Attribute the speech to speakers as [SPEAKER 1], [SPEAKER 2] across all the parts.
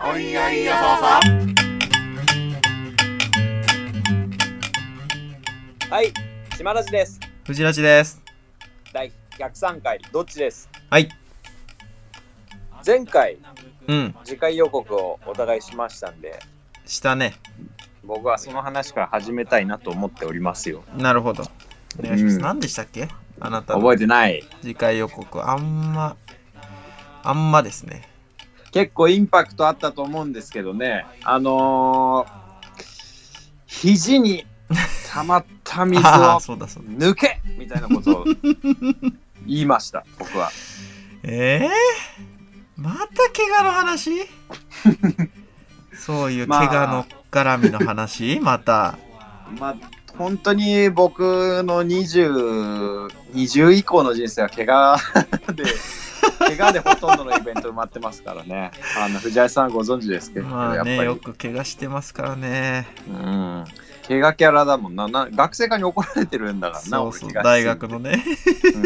[SPEAKER 1] おいやいやそうそう
[SPEAKER 2] はい、島田氏です。
[SPEAKER 1] 藤ラジです
[SPEAKER 2] 第103回、どっちです。
[SPEAKER 1] はい
[SPEAKER 2] 前回、
[SPEAKER 1] うん
[SPEAKER 2] 次回予告をお互いしましたんで、
[SPEAKER 1] したね
[SPEAKER 2] 僕はその話から始めたいなと思っておりますよ。
[SPEAKER 1] なるほどお願いします、
[SPEAKER 2] うん
[SPEAKER 1] 何でしたっけあなた
[SPEAKER 2] 覚
[SPEAKER 1] の
[SPEAKER 2] えてない。
[SPEAKER 1] 次回予告あんまあんまですね
[SPEAKER 2] 結構インパクトあったと思うんですけどね、あのー、肘に溜まった水を
[SPEAKER 1] ああーそうだそうだ
[SPEAKER 2] 抜けみたいなことを言いました、 僕は。
[SPEAKER 1] ええまた怪我の 話そういう怪我の絡みの話、 また
[SPEAKER 2] まあ、本当に僕の20、20以降の人生は怪我 で、怪我でほとんどのイベント埋まってますからね。あの藤井さんご存知ですけど、
[SPEAKER 1] ま
[SPEAKER 2] や
[SPEAKER 1] あ
[SPEAKER 2] っぱ
[SPEAKER 1] ね
[SPEAKER 2] り。
[SPEAKER 1] よく怪我してますからね
[SPEAKER 2] うん。怪我キャラだもんなな。学生課に怒られてるんだからな、
[SPEAKER 1] そうそう
[SPEAKER 2] 俺怪我
[SPEAKER 1] 大
[SPEAKER 2] し
[SPEAKER 1] 学のね
[SPEAKER 2] すぎて。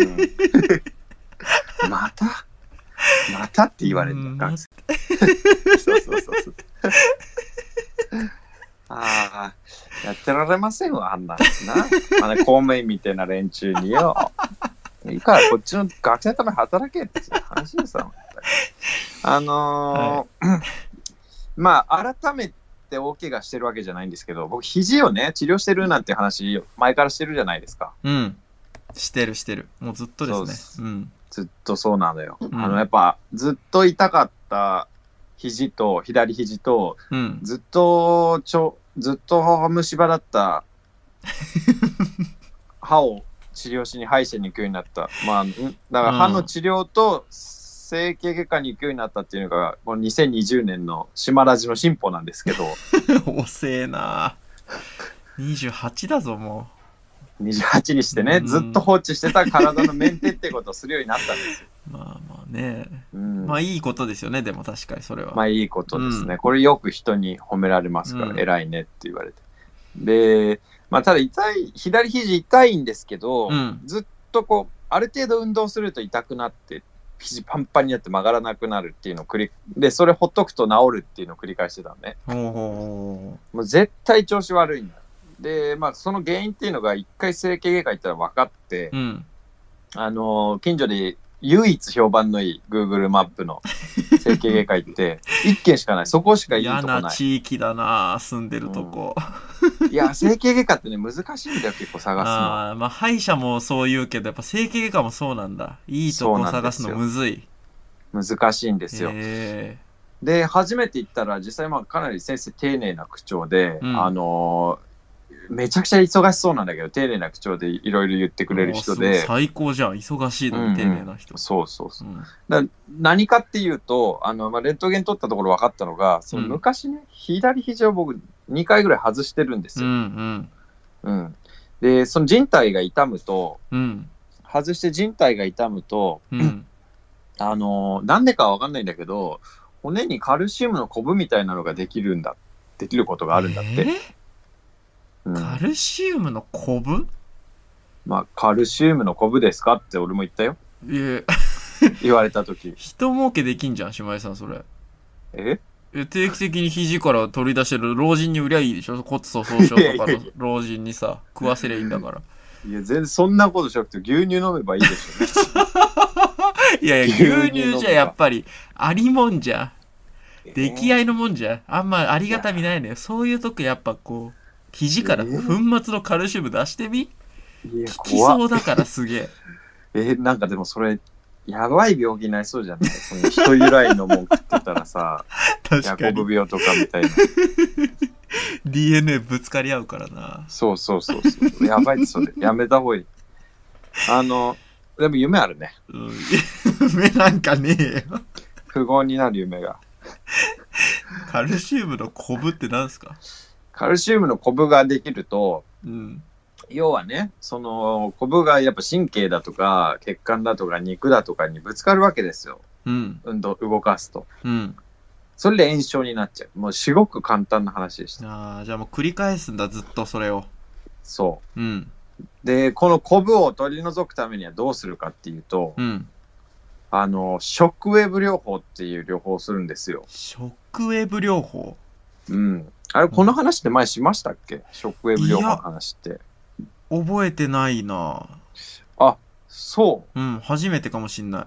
[SPEAKER 2] うんまたまたって言われる
[SPEAKER 1] う
[SPEAKER 2] の、
[SPEAKER 1] ん
[SPEAKER 2] 学生。そうそうそうそう。ああ、やってられませんわ、あんなな。あの公務員みたいな連中によ。いいから、こっちの学生のために働けって話ですよ。あのーまあ、改めて大怪我してるわけじゃないんですけど、僕、肘をね、治療してるなんて話、前からしてるじゃないですか。
[SPEAKER 1] うんしてるしてるもうずっとですねうん
[SPEAKER 2] ずっとそうなのよ。
[SPEAKER 1] ん
[SPEAKER 2] あの、やっぱ、ずっと痛かった肘と、左肘と、
[SPEAKER 1] うん
[SPEAKER 2] ずっとちょずっと虫歯だった 歯を治療しに歯医者に行くようになったまあんだから
[SPEAKER 1] うん
[SPEAKER 2] 歯の治療と整形外科に行くようになったっていうのがこの2020年の島ラジの進歩なんですけ ど
[SPEAKER 1] 遅えな28だぞも
[SPEAKER 2] 28にしてね
[SPEAKER 1] うん
[SPEAKER 2] ずっと放置してた体のメンテってことをするようになったんですよ、
[SPEAKER 1] うまあまあね
[SPEAKER 2] うん
[SPEAKER 1] まあいいことですよねでも確かにそれは、
[SPEAKER 2] まあいいことですね。
[SPEAKER 1] うん
[SPEAKER 2] これよく人に褒められますから、
[SPEAKER 1] うん
[SPEAKER 2] 偉いねって言われて。で、まあただ痛い、左肘痛いんですけど、
[SPEAKER 1] うん
[SPEAKER 2] ずっとこう、ある程度運動すると痛くなって、肘パンパンになって曲がらなくなるっていうのを繰り、で、それほっとくと治るっていうのを繰り返してたのね。
[SPEAKER 1] ほうほうほ
[SPEAKER 2] もう絶対調子悪いんだ。で、まあその原因っていうのが一回整形外科行ったら分かって
[SPEAKER 1] う、うん
[SPEAKER 2] あのー近所で唯一評判のいい Google マップの整形外科行 って、一軒しかない。そこしかいいとこ
[SPEAKER 1] 嫌
[SPEAKER 2] ない。
[SPEAKER 1] な地域だな住んでるとこ、
[SPEAKER 2] いや、整形外科ってね、難しいんだよ、結構探すの。
[SPEAKER 1] あーまあ歯医者もそう言うけどやっぱ整形外科もそうなんだいいとこ探すのむずい
[SPEAKER 2] 難しいんですよ。
[SPEAKER 1] へ
[SPEAKER 2] で、初めて行ったら、実際、まあ、かなり先生、丁寧な口調で、
[SPEAKER 1] うん
[SPEAKER 2] あのーめちゃくちゃ忙しそうなんだけど、丁寧な口調でいろいろ言って
[SPEAKER 1] え
[SPEAKER 2] くれる人
[SPEAKER 1] もうす
[SPEAKER 2] で、
[SPEAKER 1] ごい最高じゃん忙しいのに丁寧な人、
[SPEAKER 2] そうそうそう。
[SPEAKER 1] うん
[SPEAKER 2] だ何かっていうと、あの、まあ、レントゲン取ったところ分かったのが、その
[SPEAKER 1] うん
[SPEAKER 2] 昔ね、左肘を僕、2回ぐらい外してるんです
[SPEAKER 1] うんう
[SPEAKER 2] よ。
[SPEAKER 1] ん
[SPEAKER 2] うん、で、その人体が痛むと、
[SPEAKER 1] うん
[SPEAKER 2] 外して人体が痛むと、
[SPEAKER 1] うん
[SPEAKER 2] あのー、なんでかわかんないんだけど、骨にカルシウムのコブみたいなのができるんだ、できることがあるんだって。
[SPEAKER 1] え
[SPEAKER 2] うん
[SPEAKER 1] ーカルシウムのコブ
[SPEAKER 2] まあ、カルシウムのコブですかって俺も言ったよ。
[SPEAKER 1] いえ
[SPEAKER 2] 言われたとき。
[SPEAKER 1] 人儲けできんじゃん島井さんそれ
[SPEAKER 2] え
[SPEAKER 1] え定期的に肘から取り出してる老人に売りゃいいでしょ骨粗鬆症とか
[SPEAKER 2] いやいや
[SPEAKER 1] の
[SPEAKER 2] いや
[SPEAKER 1] 老人にさ食わせりゃいいん だから
[SPEAKER 2] いや、全然そんなことしなくて、牛乳飲めばいいでしょ、
[SPEAKER 1] いやいや、牛
[SPEAKER 2] 牛
[SPEAKER 1] 乳
[SPEAKER 2] 乳飲む
[SPEAKER 1] じ
[SPEAKER 2] か
[SPEAKER 1] ゃやっぱり、ありもんじゃ。 出来
[SPEAKER 2] い。
[SPEAKER 1] 合いのもんじゃ。あんまありがたみないのよ。そういうとこやっぱこう、肘から
[SPEAKER 2] え
[SPEAKER 1] 粉末のカルシウム出してみ
[SPEAKER 2] いや
[SPEAKER 1] 効、き
[SPEAKER 2] 怖っ
[SPEAKER 1] そうだからすげえ。
[SPEAKER 2] え、なんかでもそれ、やばい病気になりそうじゃないその人由来のもん食ってたらさ、ヤ
[SPEAKER 1] 確か
[SPEAKER 2] コ
[SPEAKER 1] に。
[SPEAKER 2] ブ病とかみたいな。
[SPEAKER 1] DNA ぶつかり合うからな。
[SPEAKER 2] そうそうそうそう。やばいって、それ。やめた方がいい。あの、でも夢あるね。
[SPEAKER 1] うん。夢なん かねえよ。
[SPEAKER 2] 不合になる夢が。
[SPEAKER 1] カルシウムのコブってなんすか
[SPEAKER 2] カルシウムのコブができると、
[SPEAKER 1] うん。
[SPEAKER 2] 要はね、そのコブがやっぱ神経だとか血管だとか肉だとかにぶつかるわけですよ。
[SPEAKER 1] うん。
[SPEAKER 2] 運動、動かすと。
[SPEAKER 1] うん。
[SPEAKER 2] それで炎症になっちゃう。もうすごく簡単な話でした。
[SPEAKER 1] ああ、じゃあもう繰り返すんだ、ずっとそれを。
[SPEAKER 2] そ
[SPEAKER 1] うん。
[SPEAKER 2] う。で、このコブを取り除くためにはどうするかっていうと、
[SPEAKER 1] うん。
[SPEAKER 2] あの、ショックウェーブ療法っていう療法をするんですよ。
[SPEAKER 1] ショックウェーブ療法
[SPEAKER 2] うん。あれ、この話って前しましたっけショックウェーブ療法の話って。
[SPEAKER 1] 覚えてないな
[SPEAKER 2] そう
[SPEAKER 1] うん、初めてかもしんな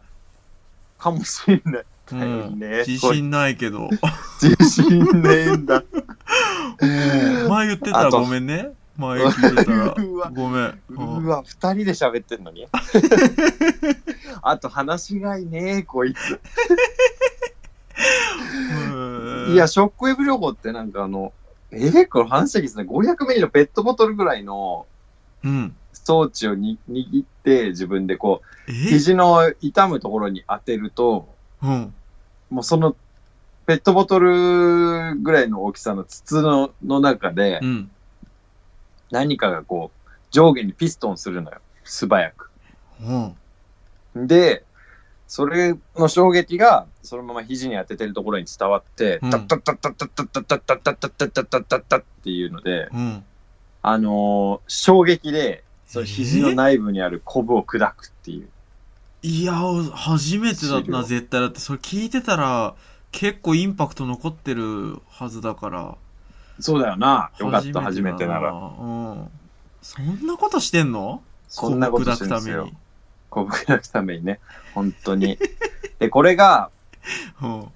[SPEAKER 2] かもしれない。
[SPEAKER 1] い。う
[SPEAKER 2] だよ
[SPEAKER 1] ん、
[SPEAKER 2] ね
[SPEAKER 1] 自信ないけど。
[SPEAKER 2] 自信ねえんだ。
[SPEAKER 1] 前言ってたら
[SPEAKER 2] あと
[SPEAKER 1] ごめんね。前聞いてたら。
[SPEAKER 2] うわ
[SPEAKER 1] ごめん。うん
[SPEAKER 2] うわ、二人で喋ってんのに。あと話しがいねえ、こいつ。
[SPEAKER 1] うん
[SPEAKER 2] いや、ショックウェーブ療法ってなんかあの、ええこれ話したきですね。500ミリのペットボトルぐらいの
[SPEAKER 1] うん。
[SPEAKER 2] 装置をに握って、自分でこう、
[SPEAKER 1] え
[SPEAKER 2] 肘の痛むところに当てると、
[SPEAKER 1] うん。
[SPEAKER 2] もうその、ペットボトルぐらいの大きさの筒のの中で
[SPEAKER 1] う、ん。
[SPEAKER 2] 何かがこう、上下にピストンするのよ。素早く。
[SPEAKER 1] うん。
[SPEAKER 2] で、それの衝撃が、そのまま肘に当ててるところに伝わって、
[SPEAKER 1] うん
[SPEAKER 2] タッタッタッタッタッタッタッタッタッタッタッタッタッタッタッっていうので、
[SPEAKER 1] うん。
[SPEAKER 2] あのー衝撃で、その肘の内部にあるコブを砕くっていう。
[SPEAKER 1] いや、初めてだ
[SPEAKER 2] 資料
[SPEAKER 1] な、絶対。だって、それ聞いてたら、結構インパクト残ってるはずだから。
[SPEAKER 2] そうだよな。よかった、初めて
[SPEAKER 1] だ
[SPEAKER 2] なら。
[SPEAKER 1] うん。そんなことしてんの
[SPEAKER 2] そんなことしてるんです
[SPEAKER 1] こ
[SPEAKER 2] よ
[SPEAKER 1] う。
[SPEAKER 2] コブ砕くためにね。本当に。で、これが
[SPEAKER 1] 砕くために。うん。は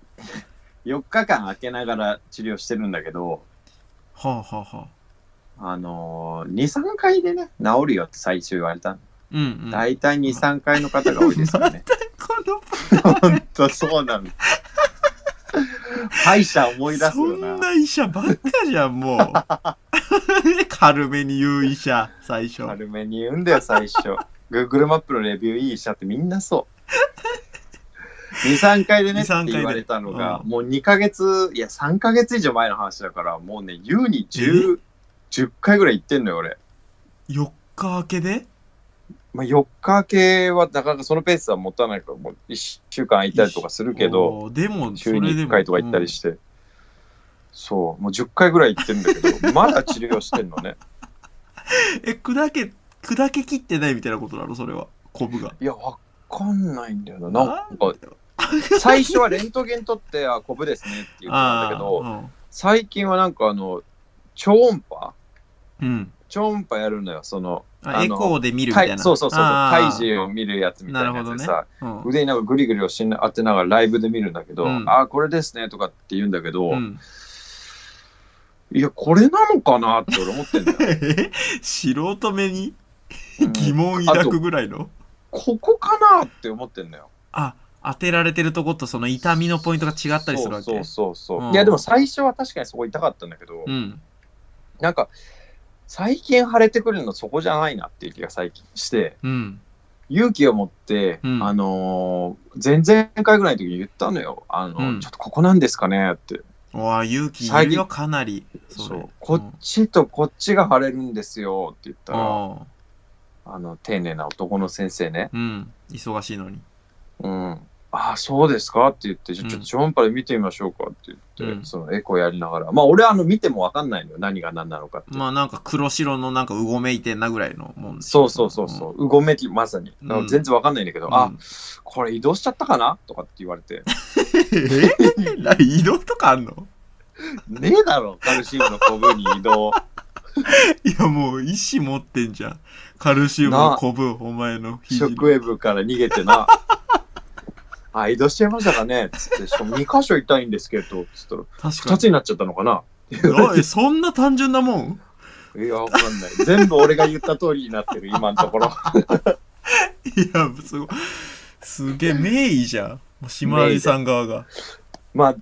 [SPEAKER 2] 4日間空けながら治療してるんだけど、
[SPEAKER 1] あ、はあはあ、
[SPEAKER 2] あのー、2、3回でね、治るよって最終言われた。
[SPEAKER 1] うん、うん。
[SPEAKER 2] 大体2、3回の方が多いですよね。
[SPEAKER 1] この
[SPEAKER 2] 本当そうなの。歯医者思い出す
[SPEAKER 1] そ
[SPEAKER 2] よ
[SPEAKER 1] ん
[SPEAKER 2] な。
[SPEAKER 1] な医者ばっかじゃ ん、もう。軽めに言う医者、最初。
[SPEAKER 2] 軽めに言うんだよ、最初。Google マップのレビューいい医者ってみんなそう。2、3回でね
[SPEAKER 1] 2-3
[SPEAKER 2] って
[SPEAKER 1] 回で
[SPEAKER 2] 言われたのが、
[SPEAKER 1] うん
[SPEAKER 2] もう2ヶ月、いや、3ヶ月以上前の話だから、もうね、優に10、10回ぐらい行ってんのよ、俺。
[SPEAKER 1] 4日明けで
[SPEAKER 2] まあ、4日系は、なかなかそのペースは持たないから、もう1週間空いたりとかするけど、
[SPEAKER 1] おー、でも、そ
[SPEAKER 2] 週に
[SPEAKER 1] れで
[SPEAKER 2] 1
[SPEAKER 1] も。
[SPEAKER 2] 回とか行ったりして、そう、もう10回ぐらい行ってるんだけ ど、まだ治療してんのね。
[SPEAKER 1] うんえ、砕け、砕け切ってないみたいなことなのそれは。コブが。
[SPEAKER 2] いや、わかんないんだよな。なんか、
[SPEAKER 1] だよ。
[SPEAKER 2] 最初はレントゲン取って、あ、コブですねって言ったんだけど、
[SPEAKER 1] あ
[SPEAKER 2] 最近はなんかあの、超音波
[SPEAKER 1] ー、うん。うん
[SPEAKER 2] 超音波やるのよ、その、
[SPEAKER 1] あ
[SPEAKER 2] あ
[SPEAKER 1] エ
[SPEAKER 2] の
[SPEAKER 1] コーで見るみたい
[SPEAKER 2] か。
[SPEAKER 1] ない
[SPEAKER 2] そうそうそうそう、
[SPEAKER 1] あ
[SPEAKER 2] 胎
[SPEAKER 1] ー
[SPEAKER 2] 児を見るやつみたいなやつで
[SPEAKER 1] な
[SPEAKER 2] さ、
[SPEAKER 1] うん
[SPEAKER 2] 腕になんかグリグリをしな当てながらライブで見るんだけど、
[SPEAKER 1] うん
[SPEAKER 2] あ、これですねとかって言うんだけど、
[SPEAKER 1] うん。
[SPEAKER 2] いや、これなのかなって俺思ってんだ よ。
[SPEAKER 1] え素人目に
[SPEAKER 2] うん
[SPEAKER 1] 疑問抱くぐらいの
[SPEAKER 2] ここかなって思ってんだよ。
[SPEAKER 1] あ、当てられてるとことその痛みのポイントが違ったりするわけ
[SPEAKER 2] そうそうそうそう、
[SPEAKER 1] うん
[SPEAKER 2] いや、でも最初は確かにそこ痛かったんだけど、
[SPEAKER 1] うん。
[SPEAKER 2] なんか、最近腫れてくるのそこじゃないなっていう気が最近して、
[SPEAKER 1] うん。
[SPEAKER 2] 勇気を持って、
[SPEAKER 1] うん
[SPEAKER 2] あのー前々回ぐらいの時に言ったのよ。あのー
[SPEAKER 1] うん
[SPEAKER 2] ちょっとここなんですかねって。
[SPEAKER 1] わあ、勇気いるよ、かなり。
[SPEAKER 2] そう
[SPEAKER 1] れ
[SPEAKER 2] こっちとこっちが腫れるんですよって言ったら、
[SPEAKER 1] ああ
[SPEAKER 2] あの、丁寧な男の先生ね。
[SPEAKER 1] うん。忙しいのに。
[SPEAKER 2] うん。ああ、そうですかって言って、じゃあ
[SPEAKER 1] うん
[SPEAKER 2] ちょっと超音波で見てみましょうかって言って、
[SPEAKER 1] うん
[SPEAKER 2] そのエコーやりながら。まあ、俺はあの、見てもわかんないのよ。何が何なのかって。
[SPEAKER 1] まあなんか黒白のなんかうごめいてんなぐらいのもんでし
[SPEAKER 2] そ
[SPEAKER 1] ょ
[SPEAKER 2] うそうそうそう。うごめき、まさに。だから全然わかんないんだけど、
[SPEAKER 1] うん
[SPEAKER 2] あ、これ移動しちゃったかなとかって言われ て。
[SPEAKER 1] えな移動とかあんの
[SPEAKER 2] ねえだろ、カルシウムのコブに移 動。
[SPEAKER 1] いやもう意思持ってんじゃん。カルシウムのコブ、お前の
[SPEAKER 2] シ
[SPEAKER 1] 肘
[SPEAKER 2] ョックウェーブから逃げてな。あ、移動しちゃいましたかねつって、しかも2箇所痛いんですけど、つったら、
[SPEAKER 1] 確か
[SPEAKER 2] 2つになっちゃったのかな
[SPEAKER 1] に。え、そんな単純なもん
[SPEAKER 2] いや、わかんない。全部俺が言った通りになってる、今のところ。
[SPEAKER 1] いや、すごい。すげえ名医じゃん。もう島地さん側が。
[SPEAKER 2] まあ、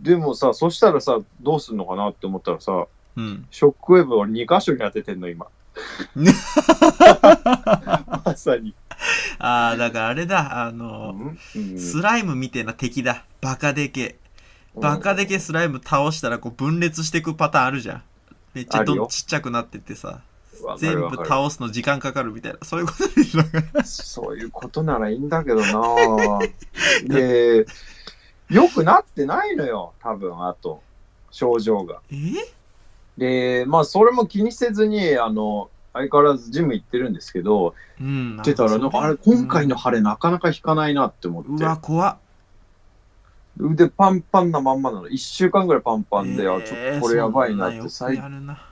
[SPEAKER 2] でもさ、そしたらさ、どうすんのかなって思ったらさ、
[SPEAKER 1] うん。
[SPEAKER 2] ショックウェーブを2箇所に当ててんの、今。まさに。
[SPEAKER 1] ああ、だからあれだ、あ
[SPEAKER 2] う
[SPEAKER 1] の、
[SPEAKER 2] んうん
[SPEAKER 1] スライムみてえな敵だ。バカでけえ。バカでけスライム倒したらこう分裂していくパターンあるじゃん。めっちゃ
[SPEAKER 2] ある
[SPEAKER 1] ど
[SPEAKER 2] よ
[SPEAKER 1] んちっちゃくなってってさ、
[SPEAKER 2] わか
[SPEAKER 1] 全
[SPEAKER 2] る
[SPEAKER 1] 部
[SPEAKER 2] わかる
[SPEAKER 1] 倒すの時間かかるみたいな、そういうことでしょ。
[SPEAKER 2] そういうことならいいんだけどなで、良くなってないのよ、多分、あと、症状が。
[SPEAKER 1] え
[SPEAKER 2] で、まあ、それも気にせずに、あの、相変わらずジム行ってるんですけど、
[SPEAKER 1] うん。
[SPEAKER 2] 行ってたら、なんかあれ、今回の晴れなかなか引かないなって思っ
[SPEAKER 1] うん。う
[SPEAKER 2] て。
[SPEAKER 1] わ、怖っ。
[SPEAKER 2] 腕パンパンなまんまなの。1週間ぐらいパンパンで、あちょっ
[SPEAKER 1] えー
[SPEAKER 2] とこれやばいなっ
[SPEAKER 1] そんん
[SPEAKER 2] て、
[SPEAKER 1] よく
[SPEAKER 2] 最
[SPEAKER 1] やるな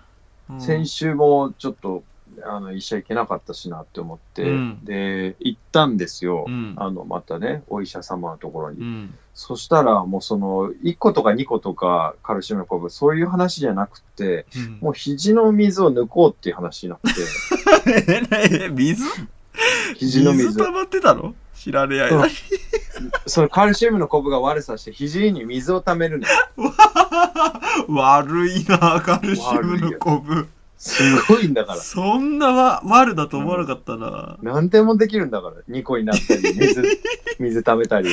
[SPEAKER 1] うん
[SPEAKER 2] 先週もちょっと、あの、医者行けなかったしなって思って、
[SPEAKER 1] うん
[SPEAKER 2] で、行ったんですよ。
[SPEAKER 1] うん。
[SPEAKER 2] あの、またね、お医者様のところに。
[SPEAKER 1] うん。
[SPEAKER 2] そしたら、もうその、1個とか2個とかカルシウムの分そういう話じゃなくて、
[SPEAKER 1] うん
[SPEAKER 2] もう肘の水を抜こうっていう話になって、
[SPEAKER 1] ええ水
[SPEAKER 2] 肘の水
[SPEAKER 1] 水。溜まってたの知られ合い
[SPEAKER 2] うん
[SPEAKER 1] だ。
[SPEAKER 2] そのカルシウムのコブが悪さして、肘に水を溜めるの。
[SPEAKER 1] 悪いな、カルシウムのコブ。
[SPEAKER 2] すごいんだから。
[SPEAKER 1] そんなわ悪だと思わなかったな。
[SPEAKER 2] 何でもできるんだから。2個になったり、水、水溜めたり。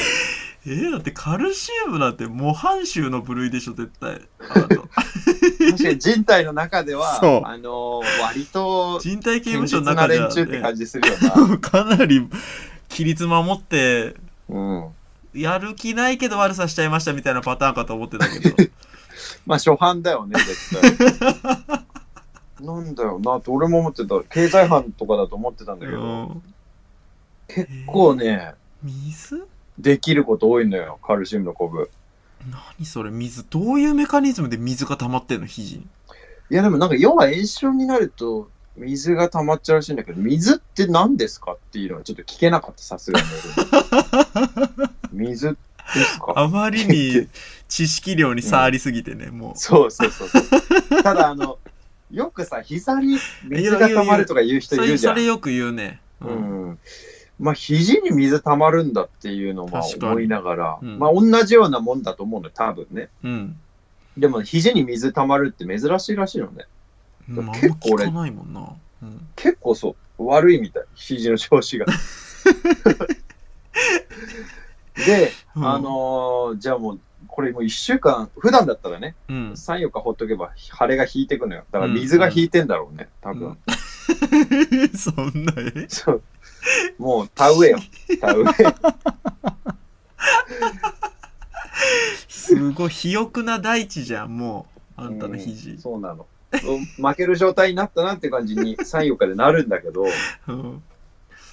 [SPEAKER 1] えー、だってカルシウムなんて模範臭の部類でしょ、絶対。 あの
[SPEAKER 2] 確かに人体の中で
[SPEAKER 1] そう
[SPEAKER 2] は、あのー割と、
[SPEAKER 1] 人体刑
[SPEAKER 2] 堅
[SPEAKER 1] 務所
[SPEAKER 2] 実な
[SPEAKER 1] の中で
[SPEAKER 2] 連
[SPEAKER 1] は、
[SPEAKER 2] 中って
[SPEAKER 1] ね
[SPEAKER 2] 感じするよな。
[SPEAKER 1] かなり規律守って、
[SPEAKER 2] うん。
[SPEAKER 1] やる気ないけど悪さしちゃいましたみたいなパターンかと思ってたけ ど。
[SPEAKER 2] まあ、初犯だよね、絶対。 なんだよなって俺も思ってた。経済犯とかだと思ってたんだけど、
[SPEAKER 1] うん
[SPEAKER 2] 結構ね、
[SPEAKER 1] 水
[SPEAKER 2] できること多いのよ、カルシウムのコブ。
[SPEAKER 1] 何それ水どういうメカニズムで水が溜まってんの肘に
[SPEAKER 2] いや、でもなんか、要は炎症になると、水が溜まっちゃうらしいんだけど、水って何ですかっていうのはちょっと聞けなかった、さすがに 俺。水ですか
[SPEAKER 1] あまりに知識量に触りすぎてね、 も
[SPEAKER 2] そうそうそうそう。ただ、あの、よくさ、膝に水が溜まるとか言う
[SPEAKER 1] うそ
[SPEAKER 2] 人い
[SPEAKER 1] れ
[SPEAKER 2] るじゃ
[SPEAKER 1] そ
[SPEAKER 2] ん
[SPEAKER 1] れ。よく言うね
[SPEAKER 2] う、ん。まあ、肘に水溜まるんだっていうのは
[SPEAKER 1] 確かに
[SPEAKER 2] 思いながら、
[SPEAKER 1] うん
[SPEAKER 2] まあ、同じようなもんだと思うのよ、多分ね。
[SPEAKER 1] うん
[SPEAKER 2] でも、肘に水溜まるって珍しいらしいのね。
[SPEAKER 1] うんまあ、あん
[SPEAKER 2] 結
[SPEAKER 1] ま
[SPEAKER 2] 構
[SPEAKER 1] 聞
[SPEAKER 2] 俺
[SPEAKER 1] かないもんな、うん、
[SPEAKER 2] 結構そう、悪いみたい、肘の調 子が。で、
[SPEAKER 1] うん
[SPEAKER 2] あのーじゃあもう、これもう1週間、普段だったらね、
[SPEAKER 1] うん
[SPEAKER 2] 3、4日放っとけば腫れが引いてくのよ。だから水が引いてんだろうね、多分。
[SPEAKER 1] うん そんなえ
[SPEAKER 2] そう。もう、田植えよ。田植え。
[SPEAKER 1] すごい肥沃な大地じゃんもうあんたの肘、
[SPEAKER 2] うんそうなの。負ける状態になったなって感じに3、4日でなるんだけど、
[SPEAKER 1] うん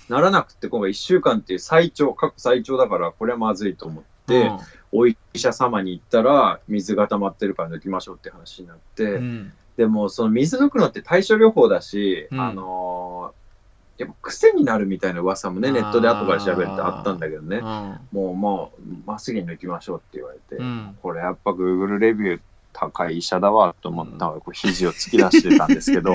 [SPEAKER 2] ならなくって今回1週間っていう最長、過去最長だから、これはまずいと思って、
[SPEAKER 1] うん
[SPEAKER 2] お医者様に行ったら、水が溜まってるから抜きましょうって話になって、
[SPEAKER 1] うん
[SPEAKER 2] でも、その水抜くのって対処療法だし、
[SPEAKER 1] うん
[SPEAKER 2] あのーやっぱ癖になるみたいな噂もね、ネットで後から調べるとあったんだけどね、もうもう、まっすぐに抜きましょうって言われて、
[SPEAKER 1] うん
[SPEAKER 2] これやっぱ Google レビュー高い医者だわと思ったのが、こう肘を突き出してたんですけ ど、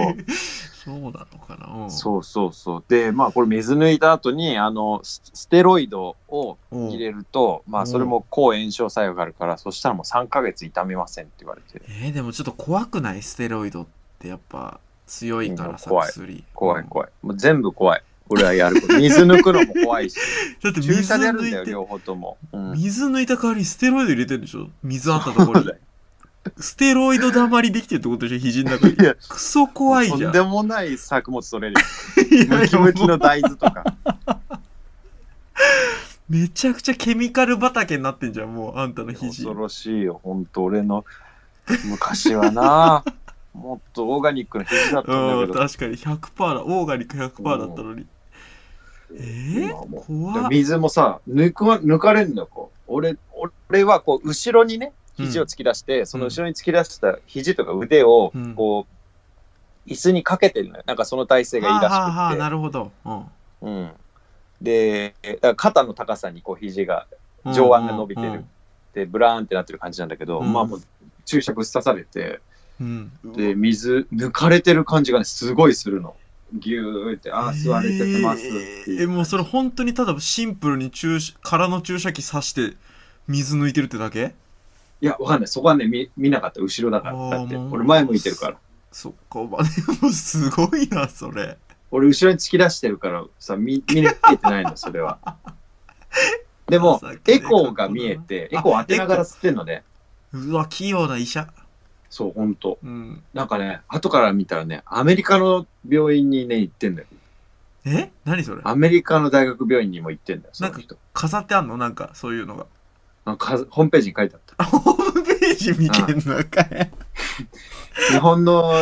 [SPEAKER 1] そうなのかな、うん、
[SPEAKER 2] そうそうそう。で、まあこれ水抜いた後に、あの、スステロイドを
[SPEAKER 1] うん
[SPEAKER 2] 入れると、ま
[SPEAKER 1] う
[SPEAKER 2] あ
[SPEAKER 1] ん
[SPEAKER 2] それも抗炎症作用があるから、そしたらもう3ヶ月痛みませんって言われて、
[SPEAKER 1] えーでもちょっと怖くないステロイドってやっぱ強いからさ
[SPEAKER 2] うん怖い
[SPEAKER 1] 薬
[SPEAKER 2] 怖い
[SPEAKER 1] うん
[SPEAKER 2] 怖い。もう全部怖い。俺はやる こと。水抜くのも怖いし、
[SPEAKER 1] だって
[SPEAKER 2] 注
[SPEAKER 1] 水
[SPEAKER 2] 射でやるんだ
[SPEAKER 1] 抜
[SPEAKER 2] よ、
[SPEAKER 1] いて
[SPEAKER 2] 両方とも。うん
[SPEAKER 1] 水抜いた代わりにステロイド入れてるでしょ水あったところに
[SPEAKER 2] そうだよ
[SPEAKER 1] ステロイドだまりできてるってことでしょ肘の 中に
[SPEAKER 2] いや
[SPEAKER 1] クソ怖いじゃん
[SPEAKER 2] とんでもない作物取れるよ。
[SPEAKER 1] いや
[SPEAKER 2] ムキムキ
[SPEAKER 1] も
[SPEAKER 2] の大豆とか。
[SPEAKER 1] うめちゃくちゃケミカル畑になってんじゃんもうあんたの肘
[SPEAKER 2] 恐ろしいよ、本当俺の昔は な、もっとオーガニックの肘だったん
[SPEAKER 1] う
[SPEAKER 2] だけ
[SPEAKER 1] ん
[SPEAKER 2] ど、
[SPEAKER 1] 確かに100%だオーガニック100%だったのにえ
[SPEAKER 2] 今は
[SPEAKER 1] ー、
[SPEAKER 2] もう
[SPEAKER 1] 怖っ
[SPEAKER 2] 水もさ抜くわ抜かれんのよこう俺俺はこう後ろにね肘を突き出して、その後ろに突き出した肘とか腕を
[SPEAKER 1] うん
[SPEAKER 2] こう、椅子にかけてるのよなんかその体勢がいいらしく
[SPEAKER 1] はあはあはあ
[SPEAKER 2] て
[SPEAKER 1] なるほど、うん
[SPEAKER 2] うん、でだから肩の高さにこう肘が
[SPEAKER 1] うん、
[SPEAKER 2] 上腕が伸びてる
[SPEAKER 1] うん
[SPEAKER 2] でブラーンってなってる感じなんだけど、
[SPEAKER 1] うん
[SPEAKER 2] まあもう注射ぶっ刺されて
[SPEAKER 1] うん、
[SPEAKER 2] で水抜かれてる感じがねすごいするのギューってああ吸われてますって
[SPEAKER 1] え
[SPEAKER 2] いう
[SPEAKER 1] ーえもうそれ本当にただシンプルに注射空の注射器刺して水抜いてるってだけ
[SPEAKER 2] いや、わかんない。そこはね、見見なかった。後ろだか
[SPEAKER 1] あー
[SPEAKER 2] ら。だって、
[SPEAKER 1] もう
[SPEAKER 2] 俺前向いてるから。
[SPEAKER 1] そっかまあで もすごいなそれ
[SPEAKER 2] 俺後ろに突き出してるからさ、見、見れてないの、それ は。でも
[SPEAKER 1] さっき、ね
[SPEAKER 2] エコーが見えて、エ
[SPEAKER 1] あ
[SPEAKER 2] コー当てながら吸ってんのね。
[SPEAKER 1] うわ器用な医者
[SPEAKER 2] そう、ほんと。
[SPEAKER 1] うん
[SPEAKER 2] なんかね、後から見たらね、アメリカの病院にね、行ってんだよ。
[SPEAKER 1] え何それ
[SPEAKER 2] アメリカの大学病院にも行ってんだよ、その人。
[SPEAKER 1] 飾ってあんのなんかそういうのが
[SPEAKER 2] なんかかホームページに書いてあった。
[SPEAKER 1] あホームページ見てんのかい
[SPEAKER 2] 日本の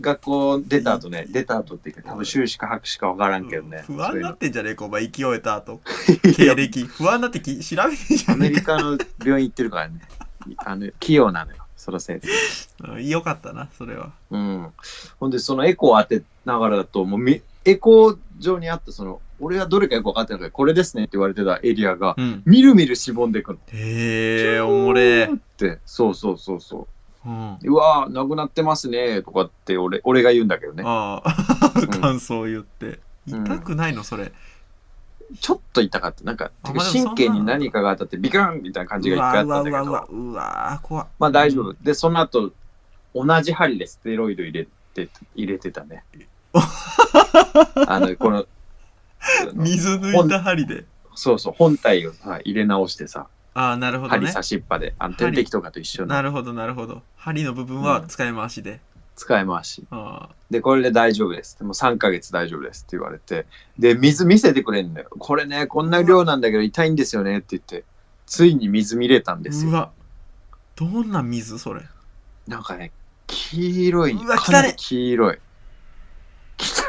[SPEAKER 2] 学校出た後ね、出た後っていうか、多分修士か博士か分からんけどね。
[SPEAKER 1] 不安になってんじゃねえか、お前、勢えた後。
[SPEAKER 2] そう いうの
[SPEAKER 1] 経歴。不安になってき調べてんじ
[SPEAKER 2] ア
[SPEAKER 1] ゃね
[SPEAKER 2] メリカの病院行ってるからね。あの器用なのよ、そのせいで。
[SPEAKER 1] えか。うんよかったな、それは。
[SPEAKER 2] うん。ほんで、そのエコーを当てながらだと、もうみエコー上にあった、その、俺はどれかよく分かってないから、これですねって言われてたエリアが、
[SPEAKER 1] うん。
[SPEAKER 2] みるみるしぼんでいくの。
[SPEAKER 1] へえ、おもれえ。
[SPEAKER 2] って、そうそうそうそ
[SPEAKER 1] うん。
[SPEAKER 2] う。うわー、なくなってますね、とかって俺、俺が言うんだけどね。
[SPEAKER 1] ああ、
[SPEAKER 2] ん
[SPEAKER 1] 感想を言って。
[SPEAKER 2] うん
[SPEAKER 1] 痛くないの、それ。
[SPEAKER 2] ちょっと痛かった。なんか、
[SPEAKER 1] あまあでもそんな
[SPEAKER 2] 神経に何かが当たって、ビカンみたいな感じが
[SPEAKER 1] う
[SPEAKER 2] 一
[SPEAKER 1] わ
[SPEAKER 2] 回あっ
[SPEAKER 1] う
[SPEAKER 2] た
[SPEAKER 1] わ
[SPEAKER 2] んだ
[SPEAKER 1] う
[SPEAKER 2] け
[SPEAKER 1] わ
[SPEAKER 2] ど
[SPEAKER 1] う、わ、うわ、怖っ
[SPEAKER 2] まあ大丈夫。で、その後、同じ針でステロイド入れて、入れてたね。あの、この、
[SPEAKER 1] 水抜いた針で。
[SPEAKER 2] そうそう、本体をさ、入れ直してさ、
[SPEAKER 1] ああ、なるほど
[SPEAKER 2] 針
[SPEAKER 1] ね。
[SPEAKER 2] 差しっぱで、あの、
[SPEAKER 1] 針
[SPEAKER 2] 点滴とかと一緒の
[SPEAKER 1] なるほど、なるほど。針の部分は使い回しで。
[SPEAKER 2] 使い回し。
[SPEAKER 1] あ
[SPEAKER 2] で、これで大丈夫です。でも3ヶ月大丈夫ですって言われて、で、水見せてくれんだよ。これね、こんな量なんだけど痛いんですよねって言って、ついに水見れたん
[SPEAKER 1] あ
[SPEAKER 2] です
[SPEAKER 1] う
[SPEAKER 2] よ。
[SPEAKER 1] わ、どんな水、それ。
[SPEAKER 2] なんかね、黄色い、
[SPEAKER 1] うわ
[SPEAKER 2] かなり黄色い。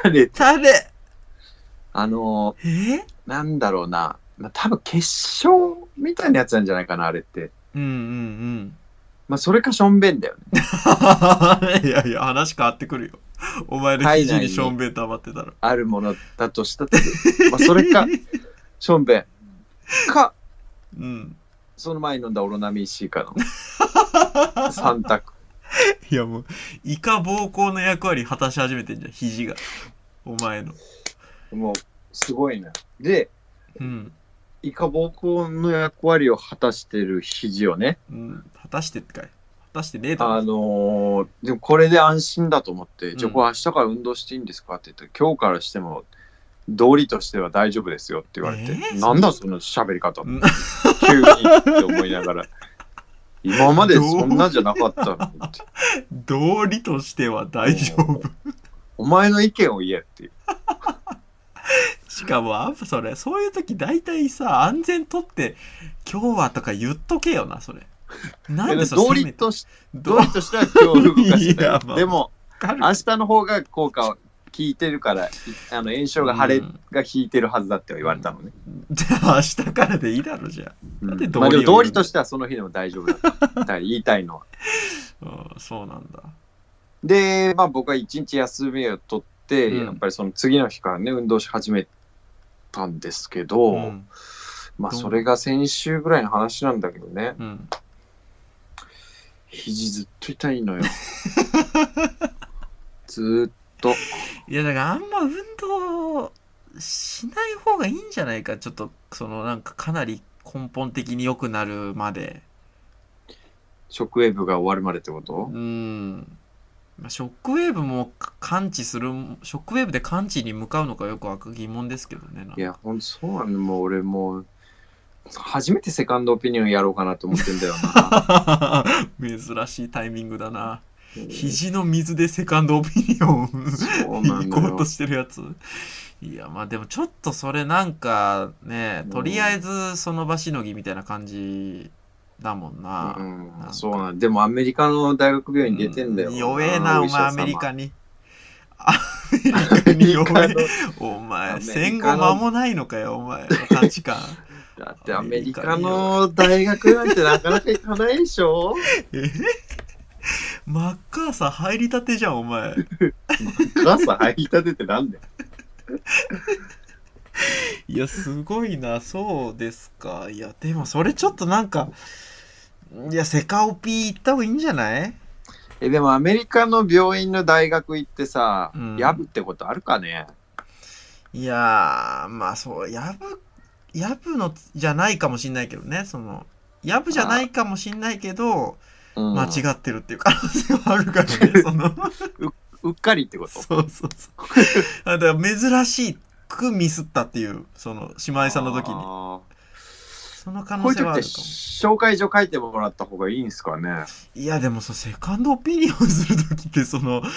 [SPEAKER 2] 汚れ、
[SPEAKER 1] たれ
[SPEAKER 2] あの
[SPEAKER 1] えー
[SPEAKER 2] ー、なんだろうな、まあ、多分結晶みたいなやつなんじゃないかな、あれって。
[SPEAKER 1] うんうん
[SPEAKER 2] まあ、それかしょんべんだよね。
[SPEAKER 1] うん。いやいや、話変わってくるよ。お前の肘にしょんべん溜まってたら。
[SPEAKER 2] あるものだとしたって、まあ、それ か、しょんべん。か、
[SPEAKER 1] うん。
[SPEAKER 2] その前に飲んだオロナミン C か の三択。
[SPEAKER 1] いやもう、イカ膀胱の役割果たし始めてんじゃん、肘が。お前の。
[SPEAKER 2] もう、すごいな。で、
[SPEAKER 1] うん。
[SPEAKER 2] イカ膀胱の役割を果たしてる肘をね、
[SPEAKER 1] うん。果たしてってかい。果たしてねえだ
[SPEAKER 2] あ
[SPEAKER 1] ろ。
[SPEAKER 2] のーでもこれで安心だと思って、
[SPEAKER 1] ん
[SPEAKER 2] じゃあこれ明日から運動していいんですかって言ったら、今日からしても、道理としては大丈夫ですよって言われて、
[SPEAKER 1] えー
[SPEAKER 2] なんだその喋り方、
[SPEAKER 1] うん
[SPEAKER 2] 急にって思いな がら、今までそんなじゃなかったのにって。
[SPEAKER 1] 道理としては 大丈夫。
[SPEAKER 2] お前の意見を言えっていう。
[SPEAKER 1] しかも、あんそれ、そういう時大体さ、安全取って、今日はとか言っとけよな、それ。なんでそれ
[SPEAKER 2] 道
[SPEAKER 1] せめ
[SPEAKER 2] 理
[SPEAKER 1] て
[SPEAKER 2] とし
[SPEAKER 1] ど
[SPEAKER 2] 道理としては今日動かし
[SPEAKER 1] いやま
[SPEAKER 2] た
[SPEAKER 1] あ
[SPEAKER 2] い。でも、
[SPEAKER 1] かる
[SPEAKER 2] 明日の方が効果を効いてるから、いあの炎症が腫れ
[SPEAKER 1] うん
[SPEAKER 2] が効いてるはずだって言われたのね。
[SPEAKER 1] じゃあ明日からでいいだろ、じゃ
[SPEAKER 2] うん
[SPEAKER 1] なんで道
[SPEAKER 2] ま
[SPEAKER 1] 理を
[SPEAKER 2] あでも
[SPEAKER 1] 言うの
[SPEAKER 2] 道理としてはその日でも大丈夫だった。だから言いたいの は。
[SPEAKER 1] あ。うん、そうなんだ。
[SPEAKER 2] で、まあ僕は一日休みを取って、
[SPEAKER 1] うん
[SPEAKER 2] やっぱりその次の日からね、運動し始めたんですけど、
[SPEAKER 1] うん。
[SPEAKER 2] まあそれが先週ぐらいの話なんだけどね、
[SPEAKER 1] うん。
[SPEAKER 2] 肘ずっと痛いの よ。ずーっと。
[SPEAKER 1] いや、だからあんま運動しない方がいいんじゃないか。ちょっと、そのなんかかなり根本的に良くなるまで。
[SPEAKER 2] ショックウェーブが終わるまでってこと
[SPEAKER 1] うん。まあ、ショックウェーブも感知する、ショックウェーブで感知に向かうのかよくわか疑問ですけどね。なんか
[SPEAKER 2] いや、ほんとそうなの。もう俺もう、初めてセカンドオピニオンやろうかなと思ってんだよな。
[SPEAKER 1] 珍しいタイミングだな。 肘の水でセカンドオピニオン
[SPEAKER 2] そうな
[SPEAKER 1] 行こう
[SPEAKER 2] の
[SPEAKER 1] と
[SPEAKER 2] よ。
[SPEAKER 1] してるやついやまあでもちょっとそれなんかね
[SPEAKER 2] うん
[SPEAKER 1] とりあえずその場しのぎみたいな感じだもんな、
[SPEAKER 2] うん、そうなの。でもアメリカの大学病院出てんだよ。
[SPEAKER 1] 弱えな
[SPEAKER 2] お
[SPEAKER 1] お
[SPEAKER 2] 医者
[SPEAKER 1] 前
[SPEAKER 2] 様
[SPEAKER 1] アメリ カにアメリカに弱えお
[SPEAKER 2] アメリカ
[SPEAKER 1] 前
[SPEAKER 2] の
[SPEAKER 1] 戦後間もないのかよお前の価値観
[SPEAKER 2] だってアメリカの大学なんてなかなか行かないでし ょ
[SPEAKER 1] えマッカーサー入りたてじゃんお前
[SPEAKER 2] ガス入り立ててなんだよ。
[SPEAKER 1] いや、すごいな、そうですか。いや、でもそれちょっとなんか、いや、セカオピー行った方がいいんじゃない
[SPEAKER 2] え、でもアメリカの病院の大学行ってさ
[SPEAKER 1] うん、
[SPEAKER 2] やぶってことあるかね
[SPEAKER 1] いやー、まあそう、やぶ、やぶのじゃないかもしんないけどね、その、やぶじゃないかもしんないけ
[SPEAKER 2] う
[SPEAKER 1] ど、
[SPEAKER 2] ん
[SPEAKER 1] 間違ってるっていう可能性はあるからね、その、
[SPEAKER 2] うっかりってこと
[SPEAKER 1] そうそうそう。あだから珍しくミスったっていう、その、姉妹さんの時に。
[SPEAKER 2] あ
[SPEAKER 1] その可
[SPEAKER 2] ーこうい
[SPEAKER 1] 能
[SPEAKER 2] う
[SPEAKER 1] 性
[SPEAKER 2] 時
[SPEAKER 1] は
[SPEAKER 2] っ
[SPEAKER 1] あ
[SPEAKER 2] て
[SPEAKER 1] るかも。
[SPEAKER 2] 紹介状書いてもらった方がいいんすかね
[SPEAKER 1] いやでもさセカンドオピニオンする時ってそのフ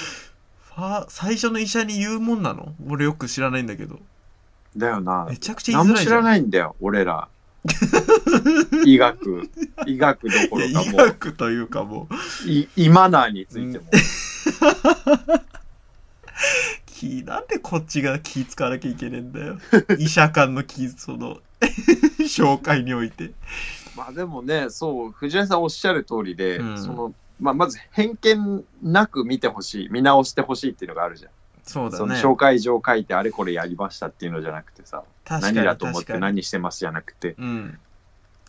[SPEAKER 1] ァー最初の医者に言うもんなの俺よく知らないんだけど
[SPEAKER 2] だよな
[SPEAKER 1] め。ちゃくちゃ
[SPEAKER 2] 何
[SPEAKER 1] 言いづ
[SPEAKER 2] も
[SPEAKER 1] らい
[SPEAKER 2] 知
[SPEAKER 1] じゃ
[SPEAKER 2] ら
[SPEAKER 1] ん
[SPEAKER 2] ないんだよ、俺 ら。医学、医学どころ
[SPEAKER 1] い
[SPEAKER 2] か
[SPEAKER 1] や
[SPEAKER 2] も
[SPEAKER 1] 医
[SPEAKER 2] う
[SPEAKER 1] 学というかも
[SPEAKER 2] い、医マナーについても。
[SPEAKER 1] 気、なんでこっちが気使わなきゃいけねえん だよ。医者間の気、その、 紹介において。
[SPEAKER 2] まあでもね、そう、藤井さんおっしゃる通りで、
[SPEAKER 1] うん
[SPEAKER 2] その、まあまず偏見なく見てほしい、見直してほしいっていうのがあるじゃん。
[SPEAKER 1] そうだ
[SPEAKER 2] その
[SPEAKER 1] ね。
[SPEAKER 2] 紹介状書いてあれこれやりましたっていうのじゃなくてさ、
[SPEAKER 1] 確か
[SPEAKER 2] 何
[SPEAKER 1] に
[SPEAKER 2] だと思っ
[SPEAKER 1] 確
[SPEAKER 2] て
[SPEAKER 1] かに。
[SPEAKER 2] 何してますじゃなくて、
[SPEAKER 1] うん。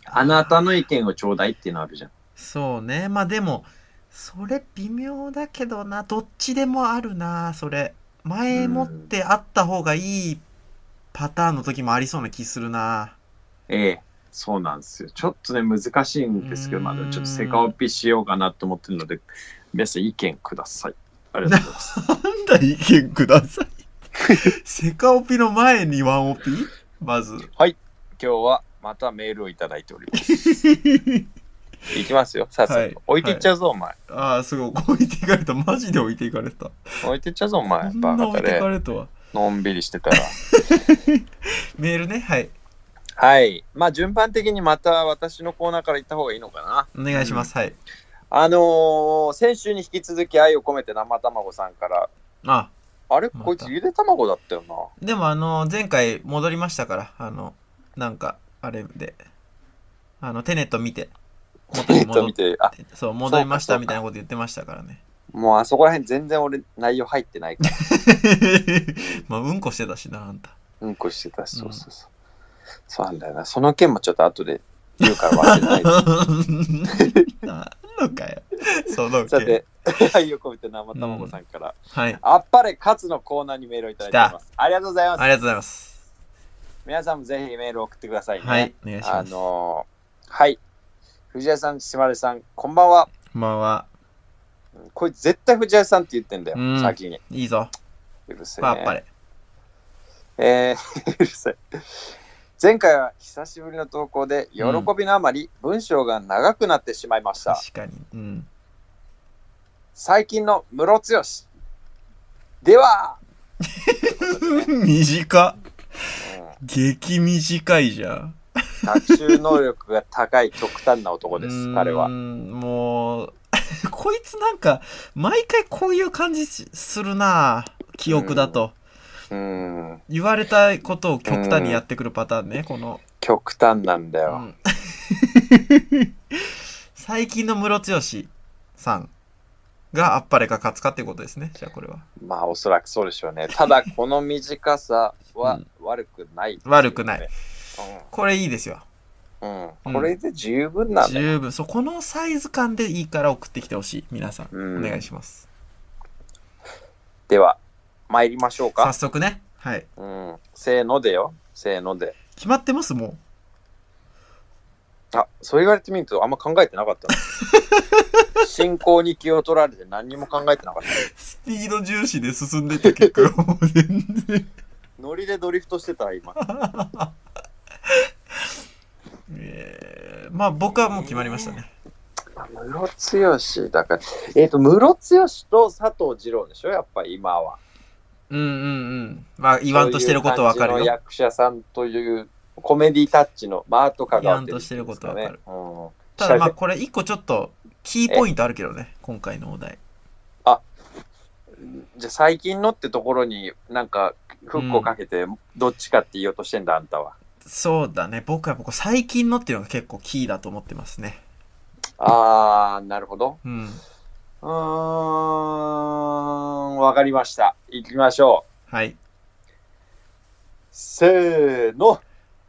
[SPEAKER 2] あなたの意見をちょうだいっていうのあるじゃん。
[SPEAKER 1] そうね。まあでも、それ微妙だけどな。どっちでもあるな、それ。前もってあった方がいいパターンの時もありそうな気するな。
[SPEAKER 2] ええ、そうなんですよ。ちょっとね、難しいんですけど、まだちょっとセカオピしようかなと思ってるので、皆さん意見ください。ありがとうございます。
[SPEAKER 1] なんだ意見くだ さい。セカオピの前にワンオピまず。
[SPEAKER 2] 今日はまたメールをいただいております。いきますよ、さっさと。
[SPEAKER 1] はい
[SPEAKER 2] 置いていっちゃうぞ、お前。
[SPEAKER 1] ああ、すごい。置いていかれた。マジで置いていかれた。
[SPEAKER 2] 置いていっちゃうぞ、お前
[SPEAKER 1] こ。ん
[SPEAKER 2] バ
[SPEAKER 1] な
[SPEAKER 2] カ
[SPEAKER 1] 置い
[SPEAKER 2] だ
[SPEAKER 1] ていか
[SPEAKER 2] ね。
[SPEAKER 1] れたわ。
[SPEAKER 2] のんびりしてたら。
[SPEAKER 1] メールね。はい。
[SPEAKER 2] はい。まあ、順番的にまた私のコーナーから行った方がいいのかな。
[SPEAKER 1] お願いします。はい。
[SPEAKER 2] あのー先週に引き続き愛を込めて生卵さんから、
[SPEAKER 1] あ、
[SPEAKER 2] あれ、
[SPEAKER 1] また
[SPEAKER 2] こいつゆで卵だったよな。
[SPEAKER 1] でもあの、前回戻りましたから、あの、なんか、あれで、あの、テネット見て、元
[SPEAKER 2] えっ
[SPEAKER 1] に
[SPEAKER 2] と
[SPEAKER 1] 戻っ
[SPEAKER 2] 見て、あ、
[SPEAKER 1] て、そう、戻りまし
[SPEAKER 2] そ
[SPEAKER 1] た
[SPEAKER 2] うかそうか
[SPEAKER 1] みたいなこと言ってましたから ね。
[SPEAKER 2] もうあそこら辺全然俺内容入ってないから。
[SPEAKER 1] まあ、うんこしてたしな、あん た。
[SPEAKER 2] うんこしてたし、
[SPEAKER 1] う
[SPEAKER 2] そ
[SPEAKER 1] ん
[SPEAKER 2] うそうそう。そうなんだよな。その件もちょっと後で言うから忘れ ないで。
[SPEAKER 1] なんのかよ。その
[SPEAKER 2] さ
[SPEAKER 1] 件。
[SPEAKER 2] て、愛を込めて生卵さんから、
[SPEAKER 1] はい。
[SPEAKER 2] あっぱれ勝つのコーナーにメールをいただいております。ありがとうございます。
[SPEAKER 1] ありがとうございます。
[SPEAKER 2] 皆さんもぜひメールを送ってくださいね。
[SPEAKER 1] はい、お願いし
[SPEAKER 2] あ
[SPEAKER 1] ます。
[SPEAKER 2] の
[SPEAKER 1] こ
[SPEAKER 2] ーはい。藤井さん、島根さん、こんばんは。
[SPEAKER 1] んばんは。
[SPEAKER 2] うんこいつ絶対藤井さんって言ってんだよ、
[SPEAKER 1] うん
[SPEAKER 2] 先に。
[SPEAKER 1] いいぞ。
[SPEAKER 2] うるせえ、
[SPEAKER 1] パッパレ。
[SPEAKER 2] えー うるさい。前回は久しぶりの投稿で、喜びのあまり文章が長くなってしまいました。
[SPEAKER 1] 確かに。うん。
[SPEAKER 2] 最近のムロツヨシ。で は、
[SPEAKER 1] 短っ。
[SPEAKER 2] うん
[SPEAKER 1] 激短いじゃん。
[SPEAKER 2] 学習能力が高い極端な男で
[SPEAKER 1] うー
[SPEAKER 2] す、
[SPEAKER 1] ん
[SPEAKER 2] 彼は。
[SPEAKER 1] もう、 こいつなんか、毎回こういう感じしするな記憶だと。
[SPEAKER 2] うん、
[SPEAKER 1] 言われたことを極端にやってくるパターンね、この。
[SPEAKER 2] 極端なんだ
[SPEAKER 1] う
[SPEAKER 2] よ。
[SPEAKER 1] ん 最近のムロツヨシさんがあっぱれか勝つかってことですね。じゃあこれは。
[SPEAKER 2] まあ、おそらくそうでしょうね。ただ、この短さ
[SPEAKER 1] う
[SPEAKER 2] は
[SPEAKER 1] ん
[SPEAKER 2] 悪くない、
[SPEAKER 1] 悪くない。これいいですよ。
[SPEAKER 2] うん。うん。これで十分なんだよ。
[SPEAKER 1] 十分。そう、このサイズ感でいいから送ってきてほしい。皆さん。
[SPEAKER 2] う
[SPEAKER 1] お
[SPEAKER 2] ん
[SPEAKER 1] 願いします。
[SPEAKER 2] では、参りましょう
[SPEAKER 1] 早
[SPEAKER 2] か。
[SPEAKER 1] 速ね。はい。
[SPEAKER 2] うん。せーのでよ。せーので。
[SPEAKER 1] 決まってますもう。
[SPEAKER 2] あ、そう言われてみるとあんま考えてなかった な。進行に気を取られて何にも考えてなかった。
[SPEAKER 1] スピード重視で進んでた結果がもう全然。
[SPEAKER 2] ノリでドリフトしてたら 今。
[SPEAKER 1] えーまあ僕はもう決まりましたね。
[SPEAKER 2] ムロツヨシだから。えっ、と、ムロツヨシと佐藤二郎でしょやっぱ今は。
[SPEAKER 1] うんうんうん。まあ言わんとしてることはわか
[SPEAKER 2] そう
[SPEAKER 1] る
[SPEAKER 2] いう感じの
[SPEAKER 1] よ。
[SPEAKER 2] 役者さんというコメディタッチの、まあ、あとかが。
[SPEAKER 1] 言わんとしてることはわかる
[SPEAKER 2] うん。
[SPEAKER 1] ただまあこれ一個ちょっとキーポイントあるけどね。今回のお題。
[SPEAKER 2] じゃあ最近のってところになんかフックをかけてどっちかって言おうとしてんだ、あんたは。
[SPEAKER 1] そうだね。僕はここ最近のっていうのが結構キーだと思ってますね。
[SPEAKER 2] あー、なるほど。
[SPEAKER 1] う
[SPEAKER 2] う
[SPEAKER 1] ん。
[SPEAKER 2] ーん、わかりました。行きましょう。
[SPEAKER 1] はい。
[SPEAKER 2] せーの。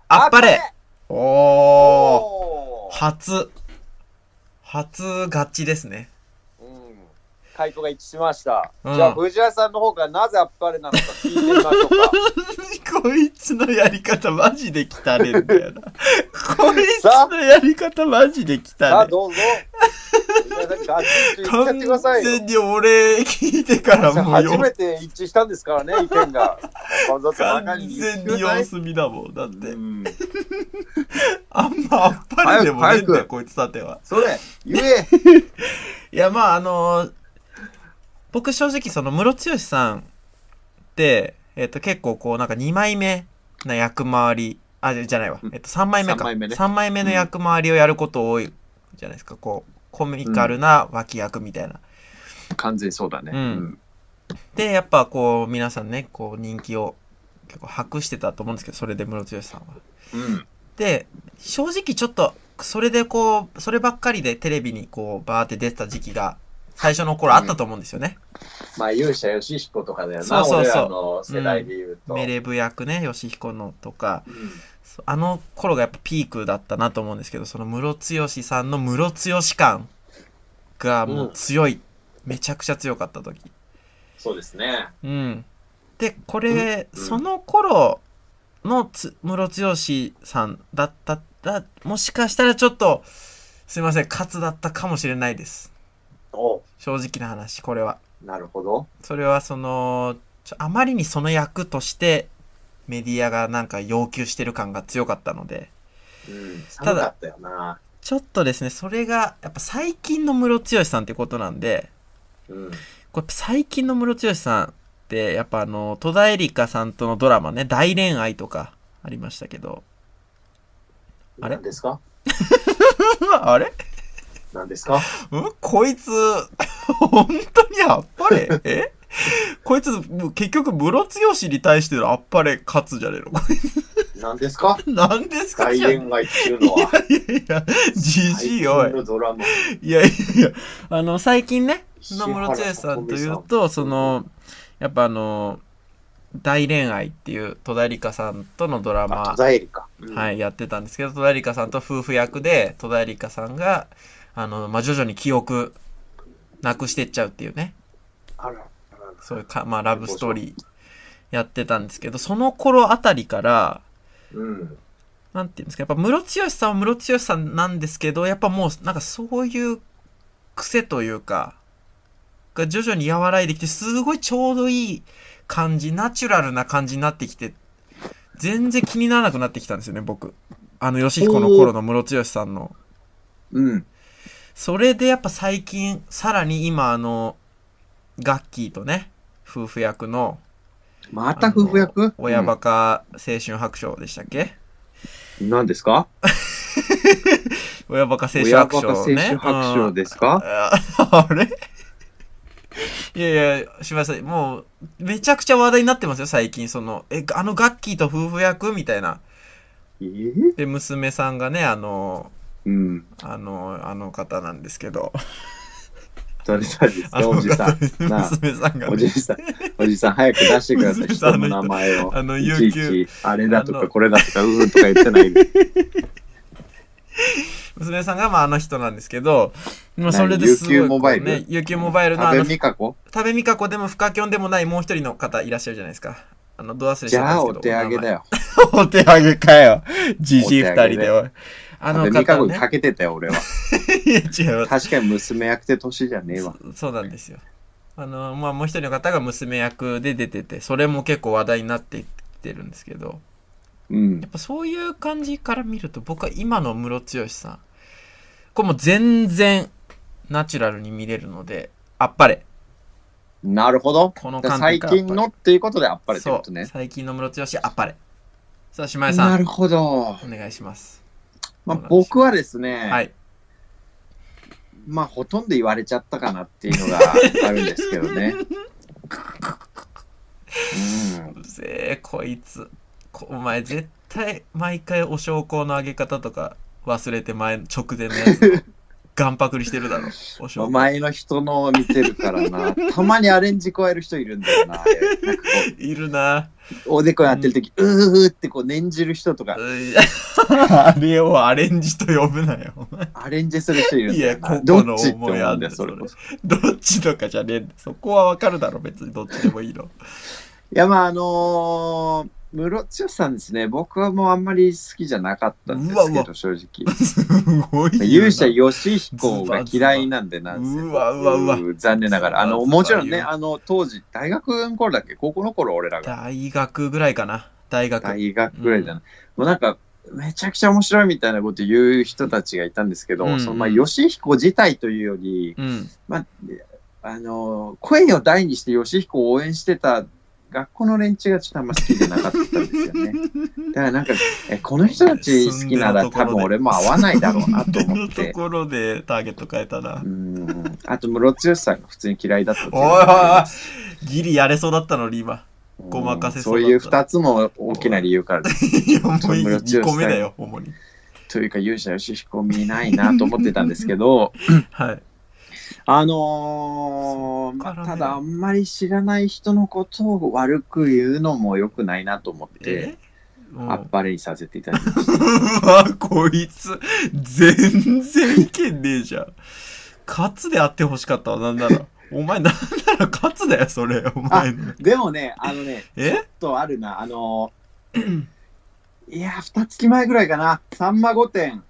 [SPEAKER 1] あっぱれおー
[SPEAKER 2] おー
[SPEAKER 1] 初。初合致ですね。
[SPEAKER 2] うん。回答が一致しました。
[SPEAKER 1] うん
[SPEAKER 2] じゃあ、藤原さんの方がなぜあっぱれなのか聞いてみましょうか。
[SPEAKER 1] こいつのやり方マジで汚ねえん だよな。こいつのやり方マジで
[SPEAKER 2] さあ、
[SPEAKER 1] 汚ね
[SPEAKER 2] どうぞ。藤原さん、ガチッと
[SPEAKER 1] え。
[SPEAKER 2] 言っちゃってくださ
[SPEAKER 1] 完
[SPEAKER 2] いよ。
[SPEAKER 1] 全に俺聞いてからもう
[SPEAKER 2] 初め
[SPEAKER 1] よ、
[SPEAKER 2] て一致したんですからね、意見が。
[SPEAKER 1] 完全に様子見だもん。だって
[SPEAKER 2] う、ん
[SPEAKER 1] あんまあっぱれでもねえんだよ、こいつさては。
[SPEAKER 2] それ、言え。
[SPEAKER 1] いや、まああの僕正直そのムロツヨシさんって、えっと結構こうなんか2枚目な役回り、あ、じゃないわ
[SPEAKER 2] う。ん
[SPEAKER 1] えっと3枚目
[SPEAKER 2] 三
[SPEAKER 1] か。
[SPEAKER 2] 枚目ね
[SPEAKER 1] 3枚目の役回りをやること多いじゃないですか。こう、コミカルな脇役みたいな。
[SPEAKER 2] 完全にそうだね
[SPEAKER 1] うんで、やっぱこう、皆さんね、こう、人気を結構博してたと思うんですけど、それでムロツヨシさんは。
[SPEAKER 2] うん。
[SPEAKER 1] で、正直ちょっと、それでこう、そればっかりでテレビにこう、バーって出てた時期が、最初の頃あったと思うんですよね。
[SPEAKER 2] まあ、勇者ヨシヒコとかだよな、
[SPEAKER 1] そうそうそう
[SPEAKER 2] 俺らの世代で言うと。
[SPEAKER 1] メレブ役ね、ヨシヒコのとか、
[SPEAKER 2] うん
[SPEAKER 1] そうあの頃がやっぱピークだったなと思うんですけど、そのムロツヨシさんのムロツヨシ感がもう強い。めちゃくちゃ強かった時。
[SPEAKER 2] そうですね。
[SPEAKER 1] うん。で、これ、
[SPEAKER 2] うん
[SPEAKER 1] その頃のつムロツヨシさんだったら、もしかしたらちょっと、すいません、勝だったかもしれないです。
[SPEAKER 2] お
[SPEAKER 1] 正直な話、これは。
[SPEAKER 2] なるほど。
[SPEAKER 1] それはその、ちょあまりにその役として、メディアがなんか要求してる感が強かったので、
[SPEAKER 2] うん。寒
[SPEAKER 1] ただ
[SPEAKER 2] かったよな。
[SPEAKER 1] ちょっとですね、それが、やっぱ最近のムロツヨシさんってことなんで、
[SPEAKER 2] うん。
[SPEAKER 1] これ最近のムロツヨシさんって、やっぱあの、戸田恵梨香さんとのドラマね、大恋愛とかありましたけど、 あれ
[SPEAKER 2] 何ですか
[SPEAKER 1] あれ
[SPEAKER 2] 何ですか
[SPEAKER 1] んこいつ、 本当にあっぱれえこいつ、もう結局、ムロツヨシに対してのあっぱれ勝つじゃねえの こ
[SPEAKER 2] 何です か
[SPEAKER 1] れ何ですか
[SPEAKER 2] 大
[SPEAKER 1] じゃあい
[SPEAKER 2] 恋愛っていうの は。
[SPEAKER 1] やいや、じじいお
[SPEAKER 2] 最
[SPEAKER 1] い
[SPEAKER 2] 近。のドラマ。
[SPEAKER 1] いやいやいや、あの、最近ね、
[SPEAKER 2] 石
[SPEAKER 1] 野
[SPEAKER 2] 原
[SPEAKER 1] 室剛さんとい
[SPEAKER 2] さ
[SPEAKER 1] うんと、その、やっぱあの、大恋愛っていう戸田恵梨香さんとのドラ
[SPEAKER 2] あ、
[SPEAKER 1] マ
[SPEAKER 2] 戸、田恵梨か。うん
[SPEAKER 1] はい、やってたんですけど、戸田恵梨香さんと夫婦役で、戸田恵梨香さんが、あの、まあ、徐々に記憶、なくしてっちゃうっていうね、
[SPEAKER 2] あら、あら
[SPEAKER 1] そういうか、まあ、ラブストーリー、やってたんですけど、その頃あたりから、
[SPEAKER 2] うん。
[SPEAKER 1] なんていうんですか、やっぱ、ムロツヨシさんはムロツヨシさんなんですけど、やっぱもう、なんかそういう癖というか、が徐々に和らいできて、すごいちょうどいい感じ、ナチュラルな感じになってきて、全然気にならなくなってきたんですよね、僕。あの、ヨシヒコの頃のムロツヨシさんの。
[SPEAKER 2] うん。
[SPEAKER 1] それでやっぱ最近、さらに今、あの、ガッキーとね、夫婦役の、
[SPEAKER 2] また夫婦
[SPEAKER 1] あ
[SPEAKER 2] 役
[SPEAKER 1] の親バカ青春白書でしたっけ、
[SPEAKER 2] うん何ですか
[SPEAKER 1] 親バカ青春
[SPEAKER 2] 親バ
[SPEAKER 1] 白書
[SPEAKER 2] カ青春
[SPEAKER 1] ね。
[SPEAKER 2] 白
[SPEAKER 1] う
[SPEAKER 2] 書
[SPEAKER 1] ん
[SPEAKER 2] ですか
[SPEAKER 1] あ あれいやいや、しません。もう、めちゃくちゃ話題になってますよ、最近。その、え、あのガッキーと夫婦役みたいな。
[SPEAKER 2] ええ
[SPEAKER 1] で、娘さんがね、あの、
[SPEAKER 2] うん。
[SPEAKER 1] あの、あの方なんですけど。
[SPEAKER 2] 誰誰ですか
[SPEAKER 1] あの
[SPEAKER 2] おじ さん。
[SPEAKER 1] 方
[SPEAKER 2] なあ
[SPEAKER 1] 娘さんが
[SPEAKER 2] お
[SPEAKER 1] ね、
[SPEAKER 2] じさん、おじさん、早く出してください、
[SPEAKER 1] 娘さん
[SPEAKER 2] 人の名前を。
[SPEAKER 1] あの
[SPEAKER 2] い
[SPEAKER 1] 有
[SPEAKER 2] ちい
[SPEAKER 1] 給
[SPEAKER 2] ち、あれだと
[SPEAKER 1] あ
[SPEAKER 2] か、
[SPEAKER 1] の
[SPEAKER 2] これだとか、うーんとか言ってないで。
[SPEAKER 1] 娘さんが、まあ、あの人なんですけど、まあ、それで
[SPEAKER 2] 何
[SPEAKER 1] すごい、
[SPEAKER 2] UQ モバイル
[SPEAKER 1] ね、UQ モバイル のあ
[SPEAKER 2] 阿
[SPEAKER 1] の
[SPEAKER 2] 部、美香子
[SPEAKER 1] 食べみかこでもフカキョンでもないもう一人の方いらっしゃるじゃないですか。あの、ドアスレし
[SPEAKER 2] じ
[SPEAKER 1] ちゃっ
[SPEAKER 2] ゃ
[SPEAKER 1] た
[SPEAKER 2] あ、
[SPEAKER 1] ん
[SPEAKER 2] お
[SPEAKER 1] ですけ
[SPEAKER 2] 手
[SPEAKER 1] ど。
[SPEAKER 2] 上げだよ。
[SPEAKER 1] お名前。お手上げかよ。じじい二人で、おい。あ
[SPEAKER 2] 阿
[SPEAKER 1] の
[SPEAKER 2] 部美香
[SPEAKER 1] 方
[SPEAKER 2] 子に
[SPEAKER 1] ね。
[SPEAKER 2] かけてたよ、 俺は。
[SPEAKER 1] いや、違います。
[SPEAKER 2] 確かに娘役って年じゃねえわ。
[SPEAKER 1] そそうなんですよ。あの、まあ、もう一人の方が娘役で出てて、それも結構話題になってきてるんですけど、
[SPEAKER 2] うん
[SPEAKER 1] や。っぱそういう感じから見ると、僕は今のムロツヨシさん、これもう全然ナチュラルに見れるので、あっぱれ。
[SPEAKER 2] なるほど。
[SPEAKER 1] この
[SPEAKER 2] だか
[SPEAKER 1] 監
[SPEAKER 2] ら
[SPEAKER 1] 督
[SPEAKER 2] 最近のっていうことで、あっぱれってこと
[SPEAKER 1] そう
[SPEAKER 2] ね。
[SPEAKER 1] 最近のムロツヨシ、あっぱれ。さあ、島井さ、
[SPEAKER 2] なんるほど。
[SPEAKER 1] お願いします。
[SPEAKER 2] まあ、僕はです
[SPEAKER 1] は
[SPEAKER 2] ね、
[SPEAKER 1] い。
[SPEAKER 2] まあ、ほとんど言われちゃったかなっていうの があるんですけどね。うん
[SPEAKER 1] うぜえ、こいつ。こお前、絶対、毎回お焼香のあげ方とか忘れて前、直前のやつ の、ガンパクリしてるだろ。お
[SPEAKER 2] まあ
[SPEAKER 1] 焼香。
[SPEAKER 2] 前の人のを見てるから な。たまにアレンジ加える人いるんだよな。あれなんかこ
[SPEAKER 1] いるな。
[SPEAKER 2] う、おでこやってる時、うーうーってこう念じる人とか、
[SPEAKER 1] う いあれをアレンジと呼ぶなよ。お前
[SPEAKER 2] アレンジする人いるんだよ
[SPEAKER 1] い
[SPEAKER 2] な。
[SPEAKER 1] や
[SPEAKER 2] ど
[SPEAKER 1] ここの
[SPEAKER 2] っちって思
[SPEAKER 1] 思いあ
[SPEAKER 2] うんんだ
[SPEAKER 1] だよ
[SPEAKER 2] よ、それこそ。い
[SPEAKER 1] どっちとかじゃねえんだそこはわかるだろ、別に。どっちでも いいの。
[SPEAKER 2] や、まあ、あのー、室強さんですね。僕はもうあんまり好きじゃなかったんで
[SPEAKER 1] う
[SPEAKER 2] す
[SPEAKER 1] わ
[SPEAKER 2] け
[SPEAKER 1] う
[SPEAKER 2] ど、正直。
[SPEAKER 1] すごいよな。
[SPEAKER 2] 勇者ヨシヒコが嫌いなんでなんですよ
[SPEAKER 1] うわうわうわ
[SPEAKER 2] 残念ながら。あ
[SPEAKER 1] ズ
[SPEAKER 2] の、
[SPEAKER 1] バズバ
[SPEAKER 2] もちろんね、
[SPEAKER 1] 言う
[SPEAKER 2] あの、当時、大学の頃だっけ高校の頃、俺らが。
[SPEAKER 1] 大学ぐらいかな。大学。
[SPEAKER 2] 大学ぐらいじゃない。もうなんか、めちゃくちゃ面白いみたいなこと言う人たちがいたんですけど、
[SPEAKER 1] うん
[SPEAKER 2] その、まあ、ヨシヒコ自体というより、
[SPEAKER 1] うん。
[SPEAKER 2] まあ、あの、声を大にしてヨシヒコを応援してた学校の連中がちょっとあんま好きじゃなかったんですよ ね。だからなんか、えこの人たち好きなら多分俺も合わないだろうなと思っ
[SPEAKER 1] 住んでる
[SPEAKER 2] て
[SPEAKER 1] と。ころでターゲット変えたな
[SPEAKER 2] う。ん。あと、ムロツヨシさんが普通に嫌いだったっていうの
[SPEAKER 1] おいおいおい
[SPEAKER 2] があります
[SPEAKER 1] ギリやれそうだったのに今。
[SPEAKER 2] うん
[SPEAKER 1] ごまかせそ
[SPEAKER 2] そうう
[SPEAKER 1] だった
[SPEAKER 2] いう二つも大きな理由からです。
[SPEAKER 1] いや、もう
[SPEAKER 2] ムロツヨシさん
[SPEAKER 1] 2個目だよ、主に。
[SPEAKER 2] というか、勇者よしひこ見ないなと思ってたんですけど、
[SPEAKER 1] はい。
[SPEAKER 2] あのー
[SPEAKER 1] そっか
[SPEAKER 2] ま
[SPEAKER 1] らね
[SPEAKER 2] あただあんまり知らない人のことを悪く言うのも良くないなと思って、
[SPEAKER 1] えうん
[SPEAKER 2] あっぱれにさせていただきました。
[SPEAKER 1] うわ、こいつ、全然いけねえじゃん。勝つであってほしかったわ、なんなら。お前、なんなら勝つだよ、それ、お前の。
[SPEAKER 2] でもね、あのね、
[SPEAKER 1] え
[SPEAKER 2] ちょっとあるな、あのーいや、二月前ぐらいかな、さんま御殿、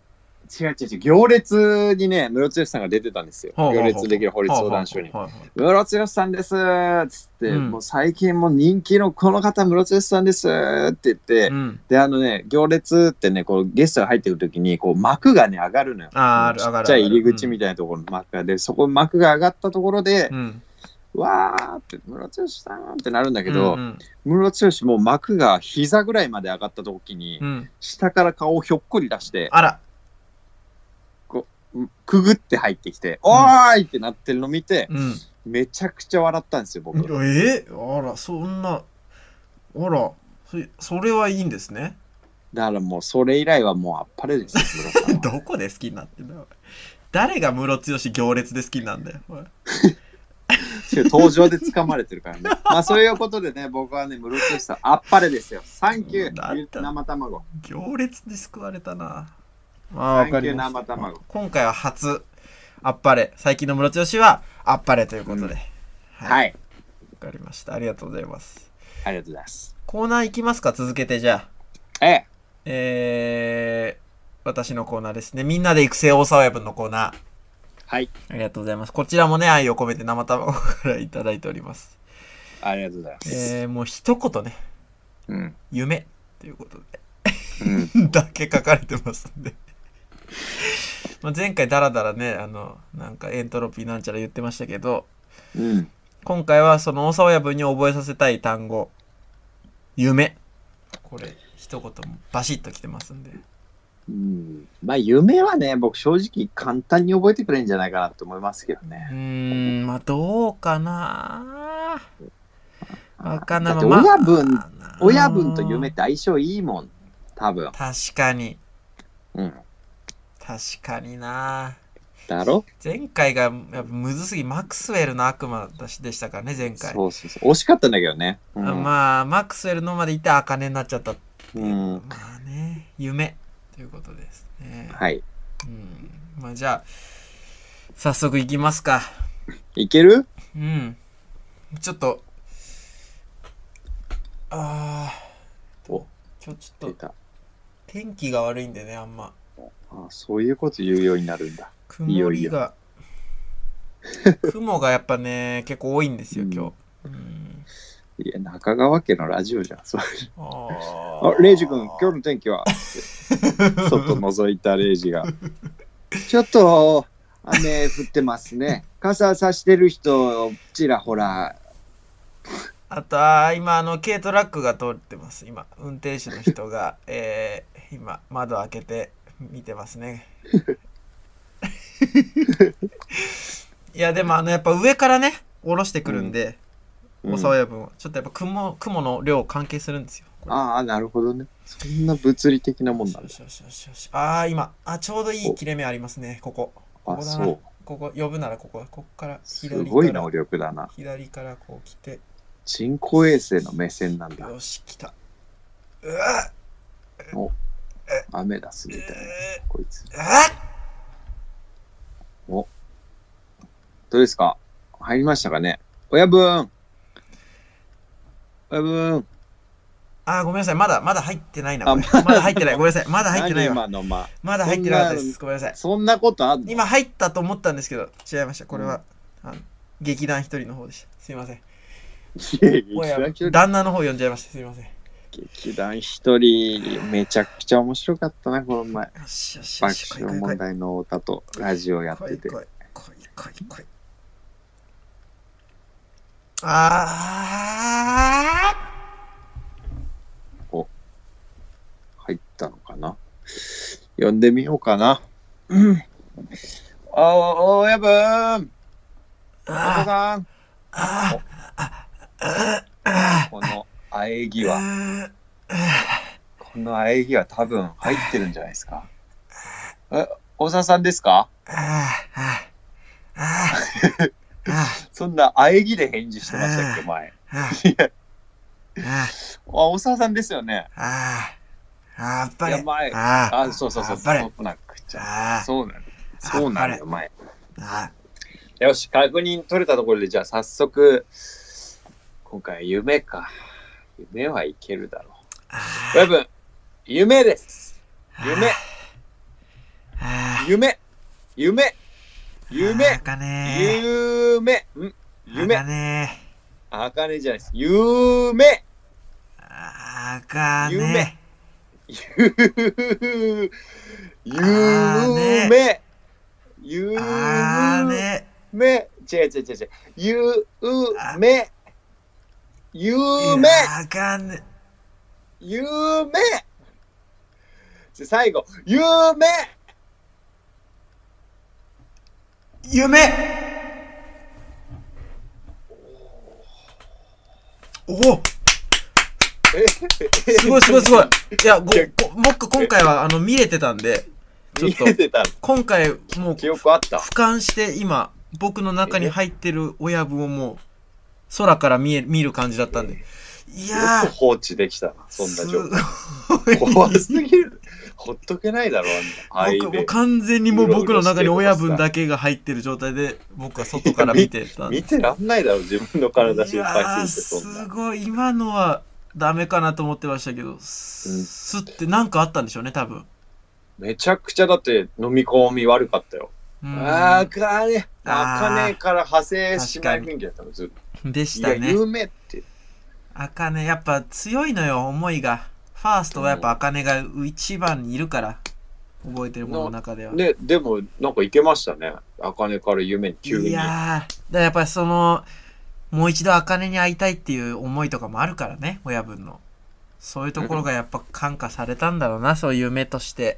[SPEAKER 2] 違う違う違う、行列にね、室剛さんが出てたんですよ。行列できる法律相談所に。
[SPEAKER 1] はいはいはい
[SPEAKER 2] 室剛さんですっつって、
[SPEAKER 1] うん
[SPEAKER 2] もう最近もう人気のこの方、室剛さんですって言って、
[SPEAKER 1] うん。
[SPEAKER 2] で、あのね、行列ってね、こうゲストが入ってくるときに、こう幕がね、上がるのよ。
[SPEAKER 1] あーある
[SPEAKER 2] ち
[SPEAKER 1] 上がる
[SPEAKER 2] っちゃい入り口みたいなところの幕が、で、そこ幕が上がったところで、
[SPEAKER 1] うん。
[SPEAKER 2] わーって、室剛さんってなるんだけど、
[SPEAKER 1] うんうん
[SPEAKER 2] ムロツヨシも幕が膝ぐらいまで上がった時に、
[SPEAKER 1] うん。
[SPEAKER 2] 下から顔をひょっこり出して、
[SPEAKER 1] あら、
[SPEAKER 2] くぐって入ってきて、おーいってなってるの見て、
[SPEAKER 1] うん。
[SPEAKER 2] めちゃくちゃ笑ったんですよ、僕。
[SPEAKER 1] えあら、そんな、あら、それそれはいいんですね。
[SPEAKER 2] だからもうそれ以来はもうあっぱれですよ、ムロさんは。
[SPEAKER 1] どこで好きになってんだよ。誰がムロツヨシ行列で好きなんだよ。おい
[SPEAKER 2] 登場で掴まれてるからね。 まあそういうことでね、僕はね、ムロツヨシさん、あっぱれですよ。サンキュ
[SPEAKER 1] なんだ
[SPEAKER 2] ー、生卵。
[SPEAKER 1] 行列で救われたな。ああ、
[SPEAKER 2] サ
[SPEAKER 1] わ
[SPEAKER 2] ン
[SPEAKER 1] か
[SPEAKER 2] キュ
[SPEAKER 1] り
[SPEAKER 2] ー
[SPEAKER 1] ま
[SPEAKER 2] 生
[SPEAKER 1] した。
[SPEAKER 2] 卵。
[SPEAKER 1] 今回は初、あっぱれ。最近のムロツヨシは、あっぱれということ
[SPEAKER 2] うん
[SPEAKER 1] で。い。わ、
[SPEAKER 2] はい、
[SPEAKER 1] かりました。ありがとうございます。
[SPEAKER 2] ありがとうございます。
[SPEAKER 1] コーナー行きますか続けてじゃあ。
[SPEAKER 2] ええ、
[SPEAKER 1] えー、私のコーナーですね。みんなで育成大沢親分のコーナー。
[SPEAKER 2] はい、
[SPEAKER 1] ありがとうございます。こちらもね、愛を込めて生卵からいただいております。
[SPEAKER 2] ありがとうございます。
[SPEAKER 1] えー、もう一言ね、
[SPEAKER 2] うん、
[SPEAKER 1] 夢ということで、
[SPEAKER 2] うん、
[SPEAKER 1] だけ書かれてますんで。まあ前回ダラダラね、あの、なんかエントロピーなんちゃら言ってましたけど、
[SPEAKER 2] うん、
[SPEAKER 1] 今回はその大沢親分に覚えさせたい単語、夢。これ、一言バシッときてますんで。
[SPEAKER 2] うんまあ夢はね、僕正直簡単に覚えてくれるんじゃないかなと思いますけど
[SPEAKER 1] う
[SPEAKER 2] ね。
[SPEAKER 1] ーん、まあどうかなわかんない。
[SPEAKER 2] だって
[SPEAKER 1] まあ
[SPEAKER 2] 親分、
[SPEAKER 1] まあ
[SPEAKER 2] 親分と夢って相性いいもん、多分。
[SPEAKER 1] 確かに、
[SPEAKER 2] うん。
[SPEAKER 1] 確かにな
[SPEAKER 2] だろ
[SPEAKER 1] 前回がやっぱむずすぎ、マクスウェルの悪魔だしでしたからね、前回。
[SPEAKER 2] そうそうそう。惜しかったんだけどね。うん。
[SPEAKER 1] まあ、マクスウェルのまでいて、あかねになっちゃった。
[SPEAKER 2] うん、
[SPEAKER 1] まあね、夢ということですね。
[SPEAKER 2] はい。
[SPEAKER 1] うん。まあじゃあ、早速いきますか。
[SPEAKER 2] いける
[SPEAKER 1] うん。ちょっと、ああ、
[SPEAKER 2] お
[SPEAKER 1] 今日ちょ
[SPEAKER 2] 出
[SPEAKER 1] っと
[SPEAKER 2] た。
[SPEAKER 1] 天気が悪いんでね、あんま。
[SPEAKER 2] あそういうこと言うようになるんだ。
[SPEAKER 1] 曇
[SPEAKER 2] いよい
[SPEAKER 1] りが 雲がやっぱね結構多いんですよ今日、うん、
[SPEAKER 2] いや、中川家のラジオじゃん。そう
[SPEAKER 1] あ
[SPEAKER 2] あ、レイジ君、今日の天気は 外覗いたレイジ が。ちょっと雨降ってますね。傘さしてる人、ちらほら。
[SPEAKER 1] あとは今あの軽トラックが通ってます今運転手の人が、 えー、今窓開けて見てます ねいやでもあのやっぱ上からね下ろしてくるんで、
[SPEAKER 2] うん
[SPEAKER 1] おさわやぶんはちょっとやっぱ雲雲の量関係するんですよ
[SPEAKER 2] ああ、なるほどね。そんな物理的なもんなん
[SPEAKER 1] よ
[SPEAKER 2] だ。
[SPEAKER 1] しよしよしよしああ今あちょうどいい切れ目ありますねこここ
[SPEAKER 2] あ、
[SPEAKER 1] こだ
[SPEAKER 2] そ
[SPEAKER 1] な
[SPEAKER 2] う。
[SPEAKER 1] ここ呼ぶならここここから
[SPEAKER 2] す
[SPEAKER 1] 左
[SPEAKER 2] ごい
[SPEAKER 1] から
[SPEAKER 2] 能力だな。
[SPEAKER 1] 左からこう来て
[SPEAKER 2] 人工衛星の目線なんだ。
[SPEAKER 1] よし来たうわっ
[SPEAKER 2] 雨出すみたいな。こいつ。
[SPEAKER 1] うわっ
[SPEAKER 2] どうですか入りましたかね親分親分
[SPEAKER 1] あーごめんなさいまだまだ入ってないな
[SPEAKER 2] あ
[SPEAKER 1] これまだ入ってないごめんなさいまだ入ってない
[SPEAKER 2] 何
[SPEAKER 1] わ
[SPEAKER 2] 今の間。
[SPEAKER 1] まだ入ってなかったですごめんなさい
[SPEAKER 2] そんなことあんの
[SPEAKER 1] 今入ったと思ったんですけど違いましたこれは、あの劇団一人の方でしたすいません
[SPEAKER 2] いやいや
[SPEAKER 1] 親
[SPEAKER 2] 一人
[SPEAKER 1] 旦那の方呼んじゃいましたすいませんよ
[SPEAKER 2] 劇団一人、めちゃくちゃ面白かったな、この前。
[SPEAKER 1] しよしよ
[SPEAKER 2] 爆
[SPEAKER 1] し
[SPEAKER 2] 笑問題の太田とラジオやってて。
[SPEAKER 1] 来い来い来い来い来いああ
[SPEAKER 2] ったのかな。呼んでみようかな。うん。お、おやぶーんお父
[SPEAKER 1] あ
[SPEAKER 2] さん
[SPEAKER 1] あ、ああ、あ
[SPEAKER 2] この喘 ぎは、
[SPEAKER 1] あ、
[SPEAKER 2] この喘ぎは多分入ってるんじゃないですか。え、大沢さんですか
[SPEAKER 1] ああ、ああ、
[SPEAKER 2] そんな喘ぎで返事してましたっけ、前。
[SPEAKER 1] ああ、
[SPEAKER 2] あ、大沢さんですよね。
[SPEAKER 1] ああ、やっぱ
[SPEAKER 2] い
[SPEAKER 1] り、
[SPEAKER 2] や、前。
[SPEAKER 1] あ
[SPEAKER 2] あ、そうそうそう、
[SPEAKER 1] やっぱり
[SPEAKER 2] そうなくちゃ。
[SPEAKER 1] あ、
[SPEAKER 2] そうなの。そうなのよ、前。
[SPEAKER 1] あ、
[SPEAKER 2] よし、確認取れたところで、じゃあ早速、今回夢か。夢はいけるだろう。親分、夢です。夢、
[SPEAKER 1] あ、
[SPEAKER 2] 夢、夢、夢、
[SPEAKER 1] かね
[SPEAKER 2] 夢、ん
[SPEAKER 1] か
[SPEAKER 2] 夢、
[SPEAKER 1] ね
[SPEAKER 2] あかねじゃないです。夢、
[SPEAKER 1] あかね
[SPEAKER 2] ゆ
[SPEAKER 1] あ
[SPEAKER 2] 夢、夢、
[SPEAKER 1] あね
[SPEAKER 2] 夢、違う違う違う違う、夢、夢、
[SPEAKER 1] あかね
[SPEAKER 2] 夢じゃ最後、夢
[SPEAKER 1] 夢おおすごいすごいすごい。いや、ご、ご僕今回はあの見れてたんで、ちょっと
[SPEAKER 2] 見えてた
[SPEAKER 1] 今回もう
[SPEAKER 2] 記憶あった。
[SPEAKER 1] 俯瞰して今、僕の中に入ってる親分をもう空から見え、見る感じだったんで。い
[SPEAKER 2] よ
[SPEAKER 1] や
[SPEAKER 2] く
[SPEAKER 1] ー、
[SPEAKER 2] 放置できたな、そんな状況。
[SPEAKER 1] すごい
[SPEAKER 2] 怖すぎる。ほっとけないだろ、あんな。
[SPEAKER 1] 僕もう完全にもう僕の中に親分だけが入ってる状態で、僕は外から見て たんで
[SPEAKER 2] 見てらんないだろ、自分の体心
[SPEAKER 1] いや
[SPEAKER 2] 配
[SPEAKER 1] ー
[SPEAKER 2] するって、そん
[SPEAKER 1] す
[SPEAKER 2] な。
[SPEAKER 1] ごい今のはダメかなと思ってましたけどすってなんかあったんでしょうね多分
[SPEAKER 2] めちゃくちゃだって飲み込み悪かったよ。
[SPEAKER 1] うん
[SPEAKER 2] あかね、あ
[SPEAKER 1] あ
[SPEAKER 2] か
[SPEAKER 1] ー
[SPEAKER 2] ねから派生しない雰囲気だったの、ずっと。
[SPEAKER 1] でし
[SPEAKER 2] い
[SPEAKER 1] た
[SPEAKER 2] や、
[SPEAKER 1] ね
[SPEAKER 2] 夢って。
[SPEAKER 1] あかねやっぱ強いのよ思いがファーストはやっぱあかねが一番にいるから覚えてるものの中では、
[SPEAKER 2] ね、でも、なんかいけましたね。あかねから夢に急に。
[SPEAKER 1] いやーだからやっぱりそのもう一度あかねに会いたいっていう思いとかもあるからね親分のそういうところがやっぱ感化されたんだろうなそういう夢として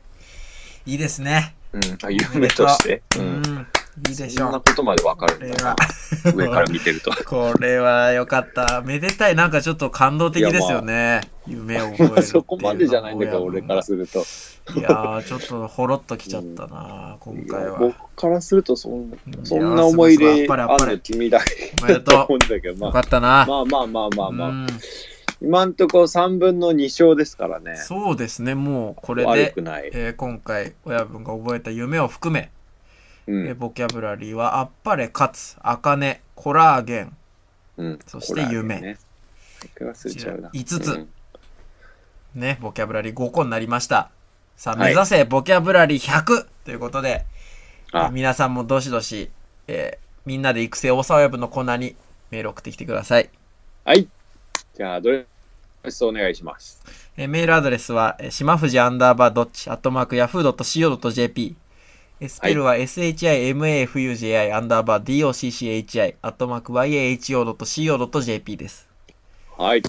[SPEAKER 1] いいですね
[SPEAKER 2] うん、あ夢として。う
[SPEAKER 1] うんん、いいでし
[SPEAKER 2] そんな
[SPEAKER 1] ょ
[SPEAKER 2] ことまでわかるんだな。上から見てると。
[SPEAKER 1] う。これは良かった。めでたい。なんかちょっと感動的ですよね。夢を覚えるっていうの は。
[SPEAKER 2] そこまでじゃないんだけど、俺からすると。
[SPEAKER 1] いやー、ちょっとほろっときちゃったな、今
[SPEAKER 2] い
[SPEAKER 1] 回
[SPEAKER 2] や
[SPEAKER 1] は。
[SPEAKER 2] 僕からするとそん、
[SPEAKER 1] いやー
[SPEAKER 2] そんな思い入
[SPEAKER 1] す
[SPEAKER 2] れ
[SPEAKER 1] ごいやっ
[SPEAKER 2] ある
[SPEAKER 1] ぱりやっぱり
[SPEAKER 2] の君だけ
[SPEAKER 1] おめで
[SPEAKER 2] と
[SPEAKER 1] と
[SPEAKER 2] 思うんだけど、
[SPEAKER 1] う。よ
[SPEAKER 2] ま
[SPEAKER 1] か
[SPEAKER 2] あ。
[SPEAKER 1] ったな。
[SPEAKER 2] まあまあまあまあまあ、
[SPEAKER 1] うん
[SPEAKER 2] 今んとこ3分の2勝ですからね。
[SPEAKER 1] そうですね、もうこれ
[SPEAKER 2] 悪
[SPEAKER 1] で
[SPEAKER 2] く、ない。
[SPEAKER 1] えー今回親分が覚えた夢を含め、
[SPEAKER 2] う
[SPEAKER 1] えー
[SPEAKER 2] ん。
[SPEAKER 1] ボキャブラリーはあっぱれ、かつ、あかね、コラーゲン、
[SPEAKER 2] うん、
[SPEAKER 1] そして夢
[SPEAKER 2] これはね。これ忘れちゃうな。
[SPEAKER 1] こちら5つ
[SPEAKER 2] うん
[SPEAKER 1] ね、ボキャブラリー5個になりました。さあ、
[SPEAKER 2] は
[SPEAKER 1] 目
[SPEAKER 2] い
[SPEAKER 1] 指せ、ボキャブラリー100ということで、え
[SPEAKER 2] あ
[SPEAKER 1] ー皆さんもどしどし、えーみんなで育成大沢親分のコーナーにメール送ってきてください。
[SPEAKER 2] はい。じゃあ、どれ、お願いします。
[SPEAKER 1] えーメールアドレスは、えー、しまふじアンダーバードッチ、アットマーク、ヤフー .co.jp。えースペルは shimafuji アンダーバー docchi、アットマーク、yaho.co.jp です。
[SPEAKER 2] はい。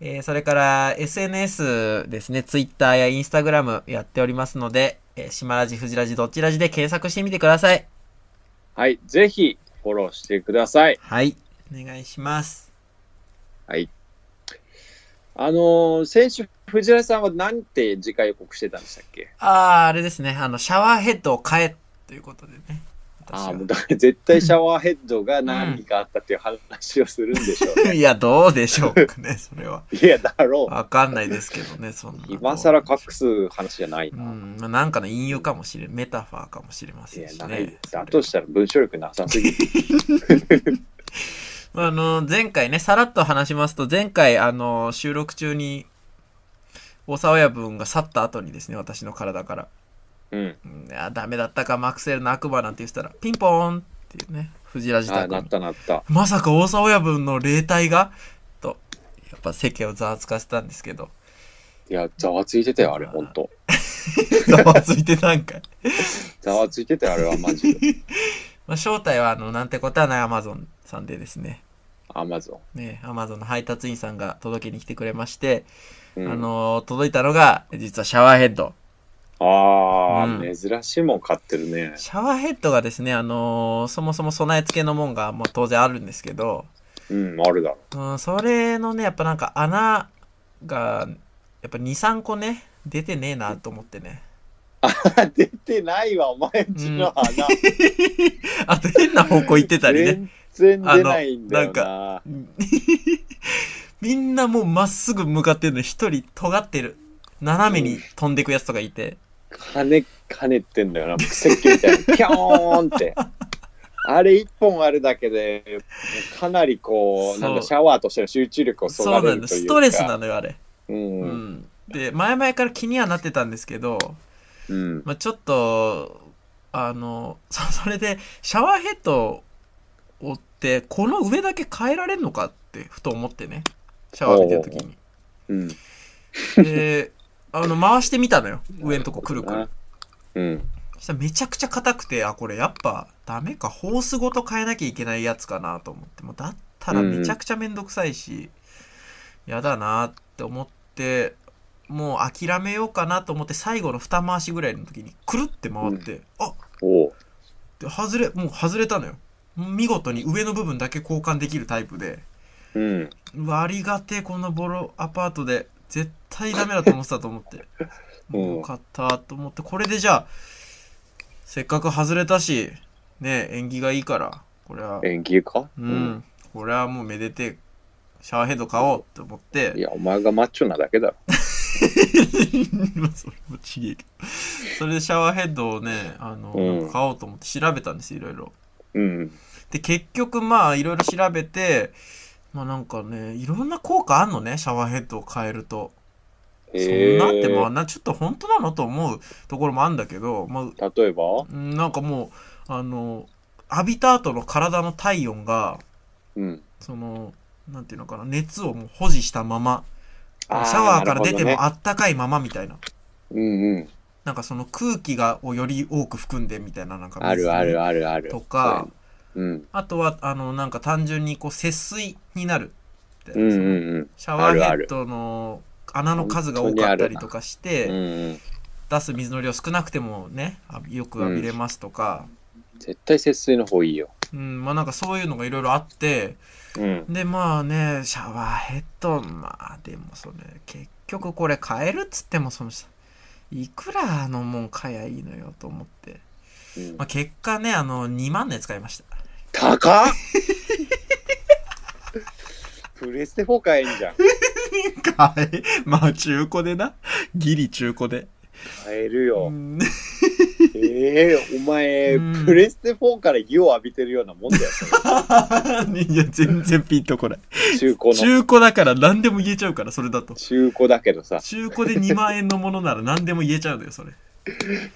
[SPEAKER 1] えーそれから、SNS ですね、Twitter や Instagram やっておりますので、えー、しまらじ、ふじらじ、どっちらじで検索してみてください。
[SPEAKER 2] はい。ぜひ、フォローしてください。
[SPEAKER 1] はい。お願いします。
[SPEAKER 2] はい。あのー先週、藤原さんは何て次回予告してたんでしたっけ
[SPEAKER 1] あー、あれですね、あの、シャワーヘッドを変え、ということでね。
[SPEAKER 2] ああ、もう
[SPEAKER 1] 私
[SPEAKER 2] だから絶対シャワーヘッドが何かあったっていう話をするんでしょう
[SPEAKER 1] は
[SPEAKER 2] ね。
[SPEAKER 1] いや、どうでしょうかね、それ は。
[SPEAKER 2] いや、だろう。
[SPEAKER 1] わかんないですけどね、そんな。
[SPEAKER 2] 今更隠す話じゃないうな。
[SPEAKER 1] ん、まあ、なんかの引用かもしれん、メタファーかもしれま
[SPEAKER 2] い
[SPEAKER 1] せん
[SPEAKER 2] や
[SPEAKER 1] し、
[SPEAKER 2] ない
[SPEAKER 1] ね。。
[SPEAKER 2] だとしたら文章力なさす ぎる。
[SPEAKER 1] まああの、前回ね、さらっと話しますと、前回、あの、収録中に、大沢親分が去った後にですね、私の体から、
[SPEAKER 2] うん。
[SPEAKER 1] うん、あダメだったか、マクセルの悪魔なんて言ってたら、ピンポーンっていうね、藤ラジ
[SPEAKER 2] ああ、
[SPEAKER 1] 宅
[SPEAKER 2] なっ
[SPEAKER 1] の。
[SPEAKER 2] たなった。
[SPEAKER 1] まさか大沢親分の霊体がと、やっぱ世間をざわつかせたんですけど、
[SPEAKER 2] いや、ざわついてたよ、あれ、ほんと。
[SPEAKER 1] ざわついてなんか。
[SPEAKER 2] ざわつい てたよ、あれは、マジで。
[SPEAKER 1] まあ、正体は、あの、なんてことはない Amazon さんでですね、
[SPEAKER 2] アマゾ
[SPEAKER 1] ね、アマゾンの配達員さんが届けに来てくれまして、
[SPEAKER 2] ン。うん
[SPEAKER 1] あのー届いたのが、実はシャワーヘッド。
[SPEAKER 2] ああ、
[SPEAKER 1] うん
[SPEAKER 2] 珍しいもん買ってるね。
[SPEAKER 1] シャワーヘッドがですね、あのーそもそも備え付けのもんが、まあ、当然あるんですけど、
[SPEAKER 2] うん、あるだろ
[SPEAKER 1] うん、それのね、やっぱなんか穴が、やっぱ2、3個ね、出てねえなと思ってね。
[SPEAKER 2] う。出てないわ、お前んちの花。
[SPEAKER 1] あと変な方向行ってたりね。
[SPEAKER 2] 全然出ないんだよな。
[SPEAKER 1] みんなもうまっすぐ向かってるのに一人尖ってる。斜めに飛んでくやつとかいて。
[SPEAKER 2] 跳ね、跳ねてんだよな。石器みたいに、ピョーンって。あれ一本あるだけで、かなりこ、
[SPEAKER 1] そうう
[SPEAKER 2] なんかシャワーとしての集中力をそ
[SPEAKER 1] そう
[SPEAKER 2] が
[SPEAKER 1] な
[SPEAKER 2] れ
[SPEAKER 1] ん
[SPEAKER 2] る
[SPEAKER 1] だ。
[SPEAKER 2] とい
[SPEAKER 1] ス
[SPEAKER 2] うか。
[SPEAKER 1] トレスなのよ、あれ。
[SPEAKER 2] うん。
[SPEAKER 1] う
[SPEAKER 2] うん。
[SPEAKER 1] ん。で、前々から気にはなってたんですけど、まあ、ちょっと、あの、 そそれで、シャワーヘッドを追って、この上だけ変えられんのかって、ふと思ってね。シャワー浴びてる時に。
[SPEAKER 2] うん。
[SPEAKER 1] で、あの、回してみたの よ。上のとこくるくる。
[SPEAKER 2] うん。
[SPEAKER 1] そしたらめちゃくちゃ硬くて、あ、これやっぱダメか、ホースごと変えなきゃいけないやつかなと思って、もうだったらめちゃくちゃめんどくさいし、やだなって思って、もう諦めようかなと思って、最後の二回しぐらいの時に、くるって回って、あ
[SPEAKER 2] おう。
[SPEAKER 1] で外れ、もう外れたのよ。見事に上の部分だけ交換できるタイプで、
[SPEAKER 2] うん。
[SPEAKER 1] うわありがてえ、このボロアパートで、絶対ダメだと思ってたと思って。
[SPEAKER 2] うん
[SPEAKER 1] もうよかったと思って、これでじゃあ、せっかく外れたし、ねえ、縁起がいいから、これは、
[SPEAKER 2] 縁起か
[SPEAKER 1] う。ん、これはもうめでてえ、シャワーヘッド買おうと思って
[SPEAKER 2] い、や、お前がマッチョなだけだろ。
[SPEAKER 1] まあそれもちげえけど。それでシャワーヘッドをね、あの、
[SPEAKER 2] うん
[SPEAKER 1] 買おうと思って調べたんですよ、いろいろ。
[SPEAKER 2] うん。
[SPEAKER 1] で、結局まあ、いろいろ調べて、まあなんかね、いろんな効果あんのね、シャワーヘッドを変えると。そんなってまあ
[SPEAKER 2] え
[SPEAKER 1] なちょっと本当なのと思うところもあるんだけど、ま
[SPEAKER 2] ー例えば
[SPEAKER 1] あ、なんかもうあの浴びた後の体の体温が
[SPEAKER 2] うん。
[SPEAKER 1] そのなんていうのかな熱をもう保持したままシ
[SPEAKER 2] あ
[SPEAKER 1] ャワーか
[SPEAKER 2] な
[SPEAKER 1] ら
[SPEAKER 2] る
[SPEAKER 1] 出
[SPEAKER 2] ほ
[SPEAKER 1] て
[SPEAKER 2] どね
[SPEAKER 1] もあったかいままみたいなな,、
[SPEAKER 2] うんうん。
[SPEAKER 1] んかその空気がをより多く含んでみたいななんか
[SPEAKER 2] あるあ
[SPEAKER 1] 水
[SPEAKER 2] るあるある。
[SPEAKER 1] とか
[SPEAKER 2] うん。
[SPEAKER 1] あとはあのなんか単純にこう節水になるみた
[SPEAKER 2] う
[SPEAKER 1] い
[SPEAKER 2] んう
[SPEAKER 1] なその
[SPEAKER 2] ん
[SPEAKER 1] シャワーヘッドの穴の数が多かったりとかし
[SPEAKER 2] うん。う
[SPEAKER 1] て、
[SPEAKER 2] んうん。
[SPEAKER 1] 出す水の量少なくてもねあよく浴びれますとか、
[SPEAKER 2] 絶対節水の方いいよ。
[SPEAKER 1] うんまあなんかそういうのがいろいろあって
[SPEAKER 2] うん。
[SPEAKER 1] でまあねシャワーヘッドまあでもそれ結局これ買えるっつってもそのいくらあのもん買えばいいのよと思って、
[SPEAKER 2] うん
[SPEAKER 1] まあ、結果ねあの2万で使いました
[SPEAKER 2] 高 っプレステ4買えんじゃん。
[SPEAKER 1] 買えまあ中古でなギリ中古で
[SPEAKER 2] 買える
[SPEAKER 1] う
[SPEAKER 2] よ。
[SPEAKER 1] ん
[SPEAKER 2] ええお前
[SPEAKER 1] うん、
[SPEAKER 2] プレステ4から湯を浴びてるようなもんだよ。
[SPEAKER 1] いや全然ピンとこない
[SPEAKER 2] 中古の。
[SPEAKER 1] 中古だから何でも言えちゃうからそれだ と
[SPEAKER 2] 中古だけどさ。
[SPEAKER 1] 中古で2万円のものなら何でも言えちゃうのよそれ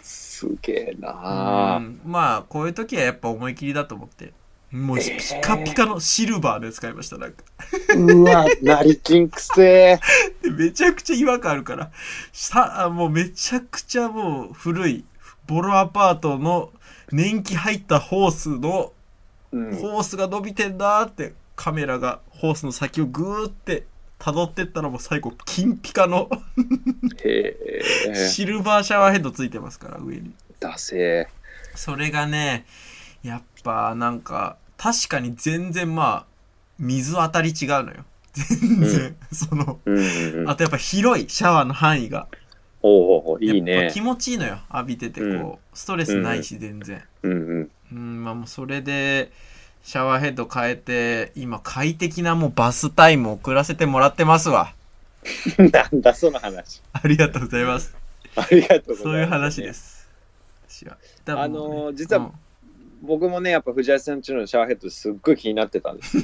[SPEAKER 2] すげえ
[SPEAKER 1] う
[SPEAKER 2] なあ
[SPEAKER 1] んまあこういう時はやっぱ思い切りだと思ってもうピカピカのシルバーで使いましたなんか
[SPEAKER 2] うわ、成金くせえ。
[SPEAKER 1] でめちゃくちゃ違和感あるからさあもうめちゃくちゃもう古いボロアパートの年季入ったホースの
[SPEAKER 2] うん。
[SPEAKER 1] ホースが伸びてんだってカメラがホースの先をグーって辿ってったらもう最後金ピカの
[SPEAKER 2] へえ。
[SPEAKER 1] シルバーシャワーヘッドついてますから上に
[SPEAKER 2] だせ
[SPEAKER 1] それがね、やっぱなんか、確かに全然まあ、水当たり違うのよ。 全然、その、
[SPEAKER 2] え。うんうんうん。
[SPEAKER 1] あとやっぱ広い、シャワーの範囲が。
[SPEAKER 2] おうおうおういい
[SPEAKER 1] やっ
[SPEAKER 2] ね
[SPEAKER 1] ぱ気。持ちいいのよ、浴びててこう、
[SPEAKER 2] うん
[SPEAKER 1] ストレスないし全然。
[SPEAKER 2] うんうん。
[SPEAKER 1] うん、まあもうそれで、シャワーヘッド変えて、今快適なもうバスタイム送らせてもらってますわ。
[SPEAKER 2] なん だその話。
[SPEAKER 1] ありがとうございます。
[SPEAKER 2] ありがとうございます。
[SPEAKER 1] そういう話で。す。私は。だからもう
[SPEAKER 2] あ
[SPEAKER 1] ね
[SPEAKER 2] のー実は僕もね、やっぱ藤井さんちのシャワーヘッドすっごい気になってたんですよ。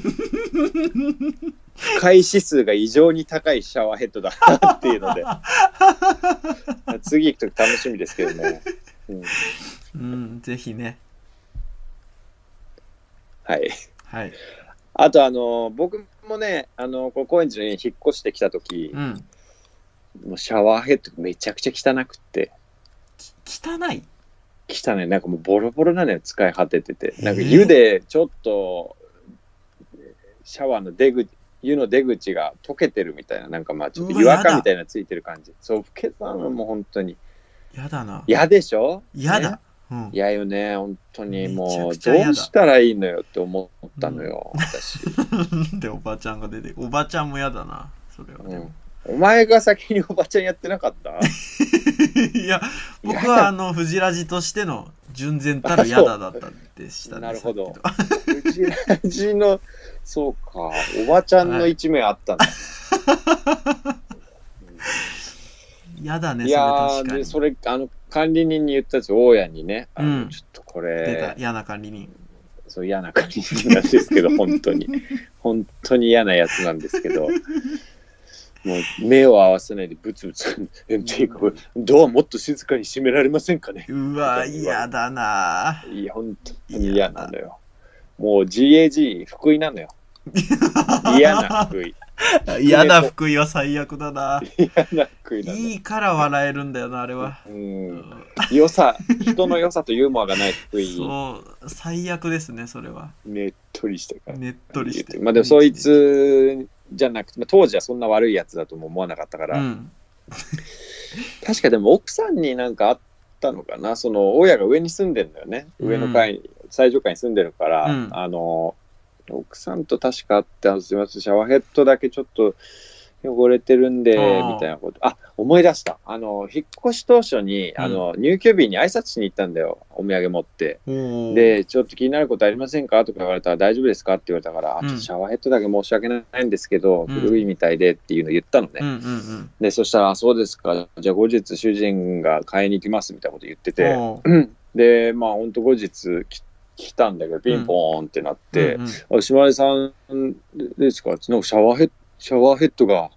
[SPEAKER 2] 開始数が異常に高いシャワーヘッドだなっていうので。次行くとき楽しみですけどね。うん
[SPEAKER 1] うん、うん、ぜひね。
[SPEAKER 2] はい。
[SPEAKER 1] はい。
[SPEAKER 2] あとあの、僕もね、あの、こう高円寺に引っ越してきたとき
[SPEAKER 1] う、ん。
[SPEAKER 2] もうシャワーヘッドめちゃくちゃ汚くって、
[SPEAKER 1] き汚い
[SPEAKER 2] 汚い。なんかもうボロボロなのよ、使い果ててて。なんか湯でちょっと、シャワーの出口、湯の出口が溶けてるみたいな、なんかまあちょっと湯垢みたいなのついてる感じ。そう、老けたのもう本当に。
[SPEAKER 1] やだな。
[SPEAKER 2] 嫌でしょ
[SPEAKER 1] やだ
[SPEAKER 2] ね。
[SPEAKER 1] うん。
[SPEAKER 2] 嫌よね、本当に。も
[SPEAKER 1] め
[SPEAKER 2] う、
[SPEAKER 1] ちゃくちゃ嫌だ
[SPEAKER 2] どうしたらいいのよって思ったのよ、私。
[SPEAKER 1] で、おばちゃんが出て、おばちゃんもやだな。それはでも。
[SPEAKER 2] お前が先におばちゃんやってなかった
[SPEAKER 1] いや、僕
[SPEAKER 2] や
[SPEAKER 1] は
[SPEAKER 2] だ
[SPEAKER 1] あの、藤ラジとしての純然たるやだだったんでし た
[SPEAKER 2] なるほど
[SPEAKER 1] さっき
[SPEAKER 2] うちらじの、そうか、おばちゃんの一面あったんだ。
[SPEAKER 1] のやだね、
[SPEAKER 2] い
[SPEAKER 1] それ
[SPEAKER 2] や
[SPEAKER 1] 確
[SPEAKER 2] ー、
[SPEAKER 1] か
[SPEAKER 2] で、
[SPEAKER 1] に。
[SPEAKER 2] それ、あの、管理人に言ったやつ、大家にね、あの
[SPEAKER 1] うん
[SPEAKER 2] ちょっとこ
[SPEAKER 1] 出た
[SPEAKER 2] れ、
[SPEAKER 1] 嫌な管理人。
[SPEAKER 2] そう嫌な管理人なんです けど、本当に、本当に嫌なやつなんですけど、もう目を合わせないでブツブツ、えっていうか、ドアもっと静かに閉められませんかね
[SPEAKER 1] うわ、嫌だな。
[SPEAKER 2] いや、本当に嫌なのよ。もう GAG、福井なのよ。嫌な福井。
[SPEAKER 1] 嫌な福井は最悪だな。
[SPEAKER 2] 嫌な福井なのよ。
[SPEAKER 1] いいから笑えるんだよな、あれは。
[SPEAKER 2] うん、良さ、人の良さとユーモアがない福井、
[SPEAKER 1] そう、最悪ですね、それは。
[SPEAKER 2] ねっとりしてから。
[SPEAKER 1] ねっとりして。
[SPEAKER 2] まあでも、そいつじゃなくて、まあ、当時はそんな悪いやつだとも思わなかったか
[SPEAKER 1] う
[SPEAKER 2] ら、
[SPEAKER 1] ん。
[SPEAKER 2] 確かでも奥さんになんかあったのかな、その、大家が上に住んでんだよね。上の階に、最上階に住んでるから、
[SPEAKER 1] うん
[SPEAKER 2] あの、奥さんと確かあって、あすみません、シャワーヘッドだけちょっと汚れてるんで、
[SPEAKER 1] ああ
[SPEAKER 2] みたいなこと。あ、思い出した。あの、引っ越し当初に、あの、入居日に挨拶しに行ったんだよ、お土産持って。
[SPEAKER 1] おー、
[SPEAKER 2] で、ちょっと気になることありませんかとか言われたら、大丈夫ですかって言われたから、あ
[SPEAKER 1] うん
[SPEAKER 2] ちょっとシャワーヘッドだけ申し訳ないんですけど、
[SPEAKER 1] うん
[SPEAKER 2] 古いみたいでっていうのを言ったのね。
[SPEAKER 1] うんうん
[SPEAKER 2] で、そしたら、あそうですか、じゃあ後日主人が買いに行きますみたいなこと言って
[SPEAKER 1] うん。
[SPEAKER 2] て、
[SPEAKER 1] おー
[SPEAKER 2] で、まあ本当後日き来たんだけど、ピンポーンってなって、
[SPEAKER 1] うんうん
[SPEAKER 2] あ島根さんですかなんかシャワーヘッド、シャワーヘッドが、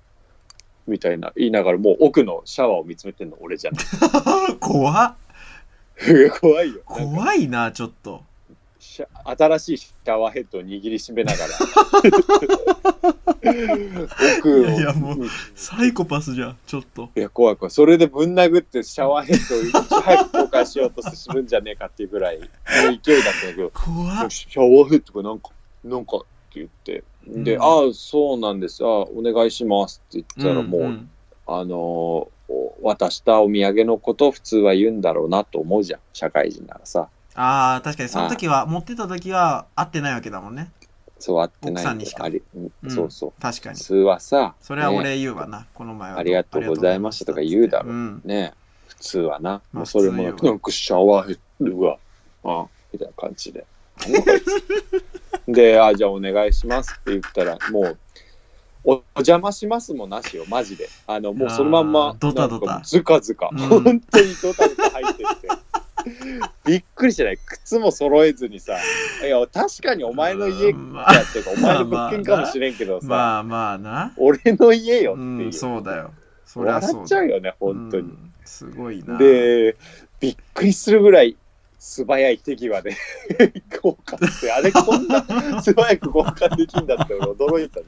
[SPEAKER 2] みたいな言いながら、もう奥のシャワーを見つめてんの 俺じゃない。
[SPEAKER 1] 怖っ
[SPEAKER 2] 怖いよ。なんか
[SPEAKER 1] 怖いな、ちょっと。
[SPEAKER 2] シャ新しいシャワーヘッドを握りしめながら。奥を
[SPEAKER 1] いやいやもうサイコパスじゃん、ちょっと。
[SPEAKER 2] いや、怖い怖い。それでぶん殴ってシャワーヘッドをいち早く交換しようとするんじゃねえかっていうぐらいの勢いだったんだけど、
[SPEAKER 1] 怖っ
[SPEAKER 2] シャワーヘッドがなんか、なんかって言って、で、
[SPEAKER 1] うん
[SPEAKER 2] ああ、そうなんです、ああ、お願いしますって言ったら、もう、
[SPEAKER 1] ん
[SPEAKER 2] あのーお渡したお土産のことを普通は言うんだろうなと思うじゃん、社会人ならさ。
[SPEAKER 1] ああ、確かにその時は、持ってた時は会ってないわけだもんね。
[SPEAKER 2] そうあってない
[SPEAKER 1] 奥さんにしか
[SPEAKER 2] あり、うん
[SPEAKER 1] うん
[SPEAKER 2] そうそう。
[SPEAKER 1] 確か
[SPEAKER 2] 普
[SPEAKER 1] に。
[SPEAKER 2] 通はさ、
[SPEAKER 1] それは
[SPEAKER 2] ね
[SPEAKER 1] 俺言うわな、この前は。
[SPEAKER 2] ありがとうございましたとか言うだろ
[SPEAKER 1] ん
[SPEAKER 2] ね普通はな、
[SPEAKER 1] まあ
[SPEAKER 2] もうそれもな
[SPEAKER 1] 普
[SPEAKER 2] く
[SPEAKER 1] 通よ
[SPEAKER 2] なんかシャワーヘッドが、あみたいな感じで。 なんだこいつで、あ、じゃあお願いしますって言ったら、もう、おお邪魔しますもなしよ、マジで。あの、もうそのまん
[SPEAKER 1] あ
[SPEAKER 2] ま
[SPEAKER 1] ー、ドタドタ
[SPEAKER 2] なんかずかずか、
[SPEAKER 1] うん
[SPEAKER 2] 本当にドタドタ入ってって。びっくりしてない靴も揃えずにさ、いや、確かにお前の家
[SPEAKER 1] う
[SPEAKER 2] か
[SPEAKER 1] んまあ
[SPEAKER 2] っていうか、お前の物件かもしれんけどさ、
[SPEAKER 1] まあまあな。
[SPEAKER 2] 俺の家よって
[SPEAKER 1] う
[SPEAKER 2] いう。
[SPEAKER 1] ん、そうだよ。そりゃ
[SPEAKER 2] 笑
[SPEAKER 1] そ
[SPEAKER 2] っ
[SPEAKER 1] う
[SPEAKER 2] ちゃ
[SPEAKER 1] だ
[SPEAKER 2] う。よね、本当に
[SPEAKER 1] う。んすごいな。
[SPEAKER 2] で、びっくりするぐらい素早い手際で 交換って、あれこんな素早く交換できるんだって俺驚いた。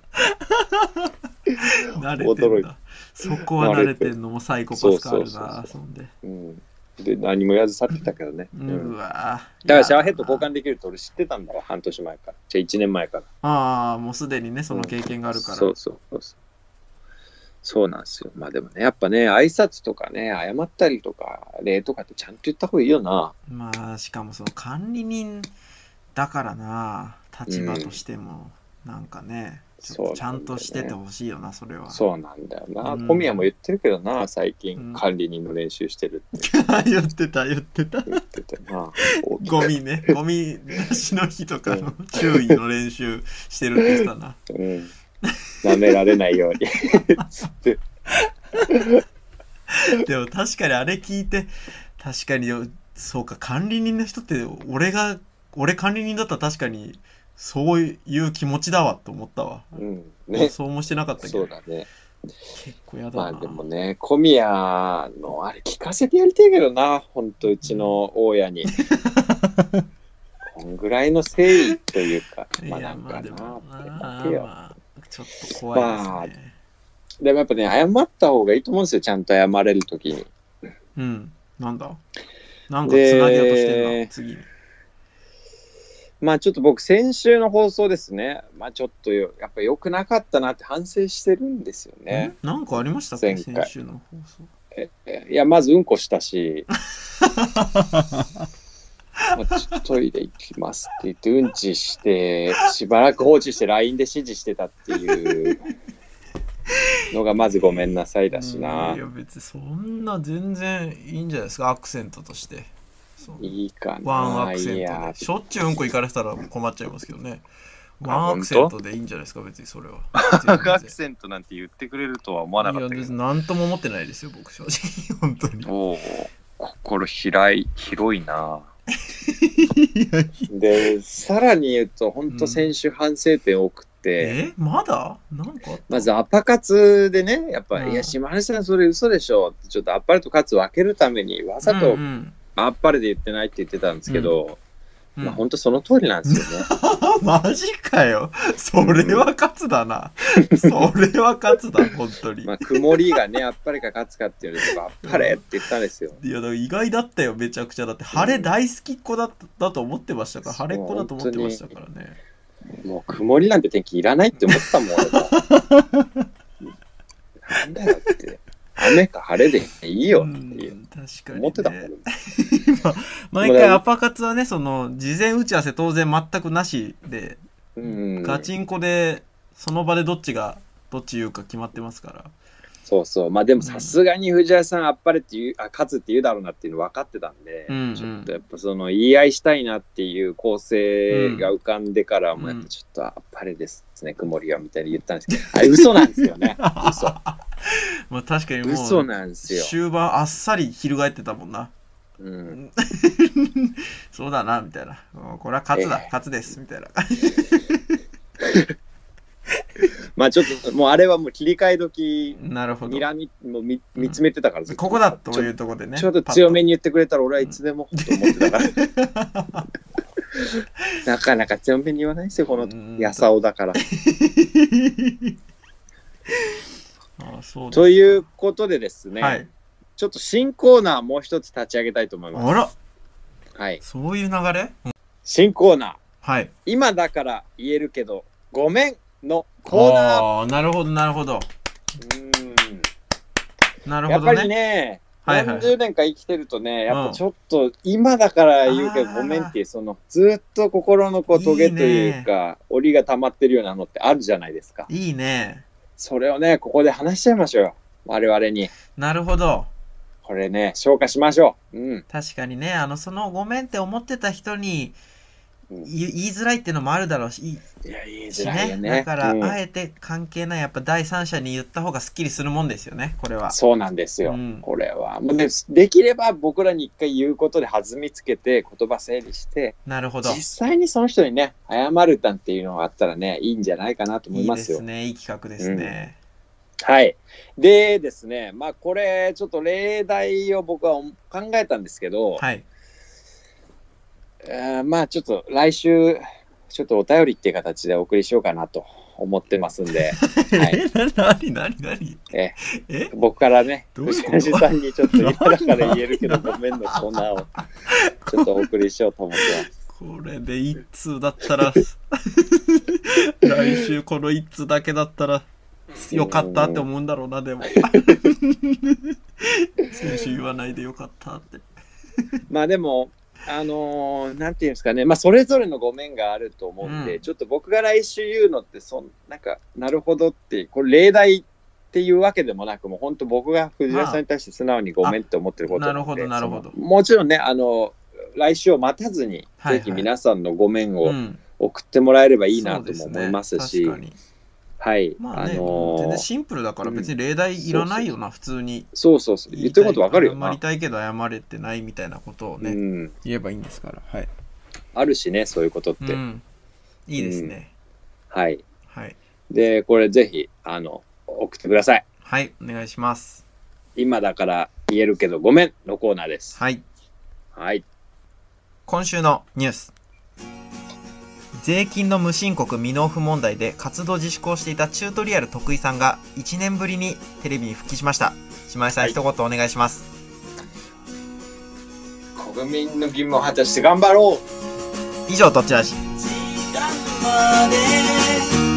[SPEAKER 1] 慣れて
[SPEAKER 2] 驚
[SPEAKER 1] る
[SPEAKER 2] い
[SPEAKER 1] な。そこは慣れてんのもサイコパス感あ
[SPEAKER 2] そう
[SPEAKER 1] る
[SPEAKER 2] そ
[SPEAKER 1] な、
[SPEAKER 2] う
[SPEAKER 1] そんで。
[SPEAKER 2] うん、で、何も言わず去ってたけどね。う
[SPEAKER 1] うんわぁ
[SPEAKER 2] だからシャワーヘッド交
[SPEAKER 1] やだな
[SPEAKER 2] 換できると俺知ってたんだわ、半年前から。じゃあ1年前から。
[SPEAKER 1] ああ、もうすでにね、その経験があるから。
[SPEAKER 2] そうそうそうそう。そうなんですよ。まあでもね、やっぱね、挨拶とかね、謝ったりとか、礼とかってちゃんと言った方がいいよな。
[SPEAKER 1] まあしかもその管理人だからな立場としても、なんかねち
[SPEAKER 2] そ
[SPEAKER 1] ょっと
[SPEAKER 2] う
[SPEAKER 1] ちゃんとしててほしいよなそれは
[SPEAKER 2] そうなんだよな。
[SPEAKER 1] うん
[SPEAKER 2] 小宮も言ってるけどな、最
[SPEAKER 1] うん
[SPEAKER 2] 近、管理人の練習してるって。
[SPEAKER 1] 言ってた言ってた
[SPEAKER 2] 言ってて な。
[SPEAKER 1] ゴミ ねゴミ出しの日とかの注意の練習してるって言ってたな
[SPEAKER 2] うん。舐められないよう に。つって。
[SPEAKER 1] でも確かにあれ聞いて確かによそうか管理人の人って俺が俺管理人だったら確かにそういう気持ちだわと思ったわ、
[SPEAKER 2] うん。ね。
[SPEAKER 1] そうもしてなかったけ
[SPEAKER 2] そ
[SPEAKER 1] ど
[SPEAKER 2] うだね。
[SPEAKER 1] 結構やだ
[SPEAKER 2] ま
[SPEAKER 1] な、
[SPEAKER 2] あでもね、小宮のあれ聞かせてやりたいけどな、ほんとうちの大家 に。こんぐらいの誠意というか、まあ
[SPEAKER 1] いや
[SPEAKER 2] なん
[SPEAKER 1] ま
[SPEAKER 2] か
[SPEAKER 1] あで
[SPEAKER 2] な
[SPEAKER 1] も
[SPEAKER 2] って
[SPEAKER 1] ま
[SPEAKER 2] だ
[SPEAKER 1] あ
[SPEAKER 2] けよ。
[SPEAKER 1] まあちょっと怖いですね、
[SPEAKER 2] でもやっぱね、謝った方がいいと思うんですよ、ちゃんと謝れるときに。
[SPEAKER 1] うんなんだなんかつなげようとしてるな
[SPEAKER 2] で
[SPEAKER 1] 次に
[SPEAKER 2] まあちょっと僕、先週の放送ですね、まあちょっとよやっぱ良くなかったなって反省してるんですよね。
[SPEAKER 1] んなんかありましたっけ
[SPEAKER 2] 前回
[SPEAKER 1] 先週の放送。
[SPEAKER 2] えいや、まずうんこした し、まあちょっとトイレ行きますって言って、うんちして、しばらく放置して、LINE で指示してたっていうのが、まずごめんなさいだし
[SPEAKER 1] う
[SPEAKER 2] なん
[SPEAKER 1] い。や別にそんな全然いいんじゃないですかアクセントとしてそう
[SPEAKER 2] いいかな。
[SPEAKER 1] ワンアクセ
[SPEAKER 2] い
[SPEAKER 1] ント
[SPEAKER 2] や
[SPEAKER 1] でしょっちゅううんこ行かれてたら困っちゃいますけどねワンアクセントでいいんじゃないですか別にそれは
[SPEAKER 2] ア
[SPEAKER 1] 全
[SPEAKER 2] ク
[SPEAKER 1] 然
[SPEAKER 2] セントなんて言ってくれるとは思わなかった
[SPEAKER 1] いや
[SPEAKER 2] け
[SPEAKER 1] 別
[SPEAKER 2] ど。
[SPEAKER 1] に何とも思ってないですよ僕正直本当に
[SPEAKER 2] おお、心開い、広いな。
[SPEAKER 1] いや
[SPEAKER 2] で、さらに言うと、本
[SPEAKER 1] うん
[SPEAKER 2] 当先週反省点を送って、
[SPEAKER 1] えまだなんかあった
[SPEAKER 2] まずアパ活でね、やっぱ、
[SPEAKER 1] うん
[SPEAKER 2] いや、島根さんそれ嘘でしょって、ちょっとあっぱれとカツ分けるために、わざ
[SPEAKER 1] う
[SPEAKER 2] と
[SPEAKER 1] んうん
[SPEAKER 2] あっぱれで言ってないって言ってたんですけど、
[SPEAKER 1] うん
[SPEAKER 2] まあ本当その通りなんですよね。
[SPEAKER 1] マジかよそれは勝つだなそれは勝つだ本当に
[SPEAKER 2] まあ曇りがね、あっぱれかカツかっていうので、あっぱれって言ったんですよ。
[SPEAKER 1] いやだから意外だったよめちゃくちゃだって晴れ大好きっ子だっただと思ってましたから
[SPEAKER 2] そう
[SPEAKER 1] 晴れっ子だと思ってましたからね
[SPEAKER 2] もう曇りなんて天気いらないって思ったもん、俺もなんだよって。雨か晴れでいいよっていううん
[SPEAKER 1] 確かに、ね、
[SPEAKER 2] 思ってたもん。
[SPEAKER 1] 毎回アパ活はねその事前打ち合わせ当然全くなしで、
[SPEAKER 2] うん、
[SPEAKER 1] ガチンコでその場でどっちがどっち言うか決まってますから
[SPEAKER 2] そうそう、まあでもさすがに藤井さん、あっぱれっていう、あ、勝つって言うだろうなっていうの分かってたんで、
[SPEAKER 1] うんうん
[SPEAKER 2] ちょっとやっぱその言い合いしたいなっていう構成が浮かんでから、
[SPEAKER 1] うん
[SPEAKER 2] もうやっぱちょっとあっぱれですね、曇りはみたいに言ったんですけど、あれ嘘なんですよね。 嘘。
[SPEAKER 1] まあ確かにも
[SPEAKER 2] 嘘
[SPEAKER 1] う
[SPEAKER 2] なんですよ。
[SPEAKER 1] 終盤あっさり翻ってたもんな
[SPEAKER 2] うん。
[SPEAKER 1] そうだなみたいなうんこれは勝つだ、
[SPEAKER 2] ええ
[SPEAKER 1] 勝つですみたいな
[SPEAKER 2] まあちょっと、もうあれはもう切り替え時、
[SPEAKER 1] なるほど
[SPEAKER 2] にらみ、もう見見つめてたから、ずっ
[SPEAKER 1] ここだというところでね
[SPEAKER 2] ちょっと強め
[SPEAKER 1] に
[SPEAKER 2] に言ってくれたら俺はいつでもと思ってたから。 なかなか強めに言わないですよ、このやさおだから。
[SPEAKER 1] ああそうですか
[SPEAKER 2] ということでですね、
[SPEAKER 1] はい。
[SPEAKER 2] ちょっと新コーナーもう一つ立ち上げたいと思いま
[SPEAKER 1] あら、
[SPEAKER 2] す。はい、
[SPEAKER 1] そういう流れ、うん
[SPEAKER 2] 新コーナー、
[SPEAKER 1] はい。
[SPEAKER 2] 今だから言えるけど、ごめんのコーナー。
[SPEAKER 1] あーなるほど、なるほど。な
[SPEAKER 2] う
[SPEAKER 1] る
[SPEAKER 2] んや
[SPEAKER 1] ほ
[SPEAKER 2] っ
[SPEAKER 1] ど
[SPEAKER 2] ぱり
[SPEAKER 1] ね。
[SPEAKER 2] ね、
[SPEAKER 1] はいはい
[SPEAKER 2] 40年間生きてるとね、やっ
[SPEAKER 1] うん
[SPEAKER 2] ぱちょっと今だから言うけど
[SPEAKER 1] あー
[SPEAKER 2] ごめんっていう、そのずっと心のこうトゲというか、折りが溜まってるようなのってあるじゃないですか。
[SPEAKER 1] いいね。
[SPEAKER 2] それをね、ここで話しちゃいましょうよ。我々に。
[SPEAKER 1] なるほど。
[SPEAKER 2] これね、消化しましょう。うん。
[SPEAKER 1] 確かにね、あの、そのごめんって思ってた人に
[SPEAKER 2] うん
[SPEAKER 1] 言い言いづらいっていうのもあるだろうし、い
[SPEAKER 2] いや、いい
[SPEAKER 1] し
[SPEAKER 2] 時代よね。
[SPEAKER 1] だから、
[SPEAKER 2] うん
[SPEAKER 1] あえて関係ない、やっぱ第三者に言った方がスッキリするもんですよね、これは。
[SPEAKER 2] そうなんですよ。
[SPEAKER 1] うん
[SPEAKER 2] これは。もうねできれば僕らに一回言うことで弾みつけて、言葉整理して、
[SPEAKER 1] なるほど。
[SPEAKER 2] 実際にその人にね、謝るなんていうのがあったらね、いいんじゃないかなと思
[SPEAKER 1] い
[SPEAKER 2] い
[SPEAKER 1] い
[SPEAKER 2] ま
[SPEAKER 1] です
[SPEAKER 2] よ。
[SPEAKER 1] すね、いい企画ですね。
[SPEAKER 2] はい。でですね、まあこれ、ちょっと例題を僕は考えたんですけど、
[SPEAKER 1] はい。
[SPEAKER 2] えーまあちょっと来週、ちょっとお便りっていう形でお送りしようかなと思ってますん で、い
[SPEAKER 1] え、なになになに
[SPEAKER 2] え
[SPEAKER 1] え
[SPEAKER 2] 僕からね、
[SPEAKER 1] どういう
[SPEAKER 2] 藤
[SPEAKER 1] こと
[SPEAKER 2] 井さんにちょっと今だから言えるけどごめんのコーナーをちょっとお送りしようと思ってます。
[SPEAKER 1] これで一通だった ら来週この一通だけだったらよかったって思うんだろう なでも先週言わないでよかったって
[SPEAKER 2] まあでも、あのーなんていうんですかね、まあそれぞれのごめんがあると思うんで、
[SPEAKER 1] うん
[SPEAKER 2] ちょっと僕が来週言うのってそん、なんか、なるほどって、これ例題っていうわけでもなく、もう本当僕が藤原さんに対して素直にごめんって思ってること
[SPEAKER 1] な
[SPEAKER 2] で
[SPEAKER 1] るほどなるほど
[SPEAKER 2] そのもちろんね、あの、来週を待たずに、
[SPEAKER 1] はいはい
[SPEAKER 2] ぜひ皆さんのごめん
[SPEAKER 1] う
[SPEAKER 2] を
[SPEAKER 1] ん
[SPEAKER 2] 送ってもらえればいいな
[SPEAKER 1] そう
[SPEAKER 2] と
[SPEAKER 1] で
[SPEAKER 2] も
[SPEAKER 1] す
[SPEAKER 2] 思いますし、
[SPEAKER 1] ね、確かに
[SPEAKER 2] はい、
[SPEAKER 1] まあね、
[SPEAKER 2] あの
[SPEAKER 1] 全然
[SPEAKER 2] ー
[SPEAKER 1] シンプルだから別に例題いらないよな、普通に
[SPEAKER 2] そうそうそう、言ってることわかるよ
[SPEAKER 1] 謝
[SPEAKER 2] な
[SPEAKER 1] り。たいけど謝れてないみたいなことを
[SPEAKER 2] う
[SPEAKER 1] ね、
[SPEAKER 2] ん、
[SPEAKER 1] 言えばいいんですからはい、
[SPEAKER 2] あるしね、そういうことっ
[SPEAKER 1] う
[SPEAKER 2] て。
[SPEAKER 1] ん、いいですね、
[SPEAKER 2] はい。
[SPEAKER 1] はい
[SPEAKER 2] で、これぜひ、あの、送ってください。
[SPEAKER 1] はいお願いします
[SPEAKER 2] 今だから言えるけどごめんのコーナーです。
[SPEAKER 1] はい
[SPEAKER 2] はい。
[SPEAKER 1] 今週のニュース税金の無申告未納付問題で活動自粛をしていたチュートリアル徳井さんが1年ぶりにテレビに復帰しました島根さん、
[SPEAKER 2] はい
[SPEAKER 1] 一言お願いします
[SPEAKER 2] 国民の義務を果たして頑張ろう
[SPEAKER 1] 以上、どっちらし。
[SPEAKER 3] 時間まで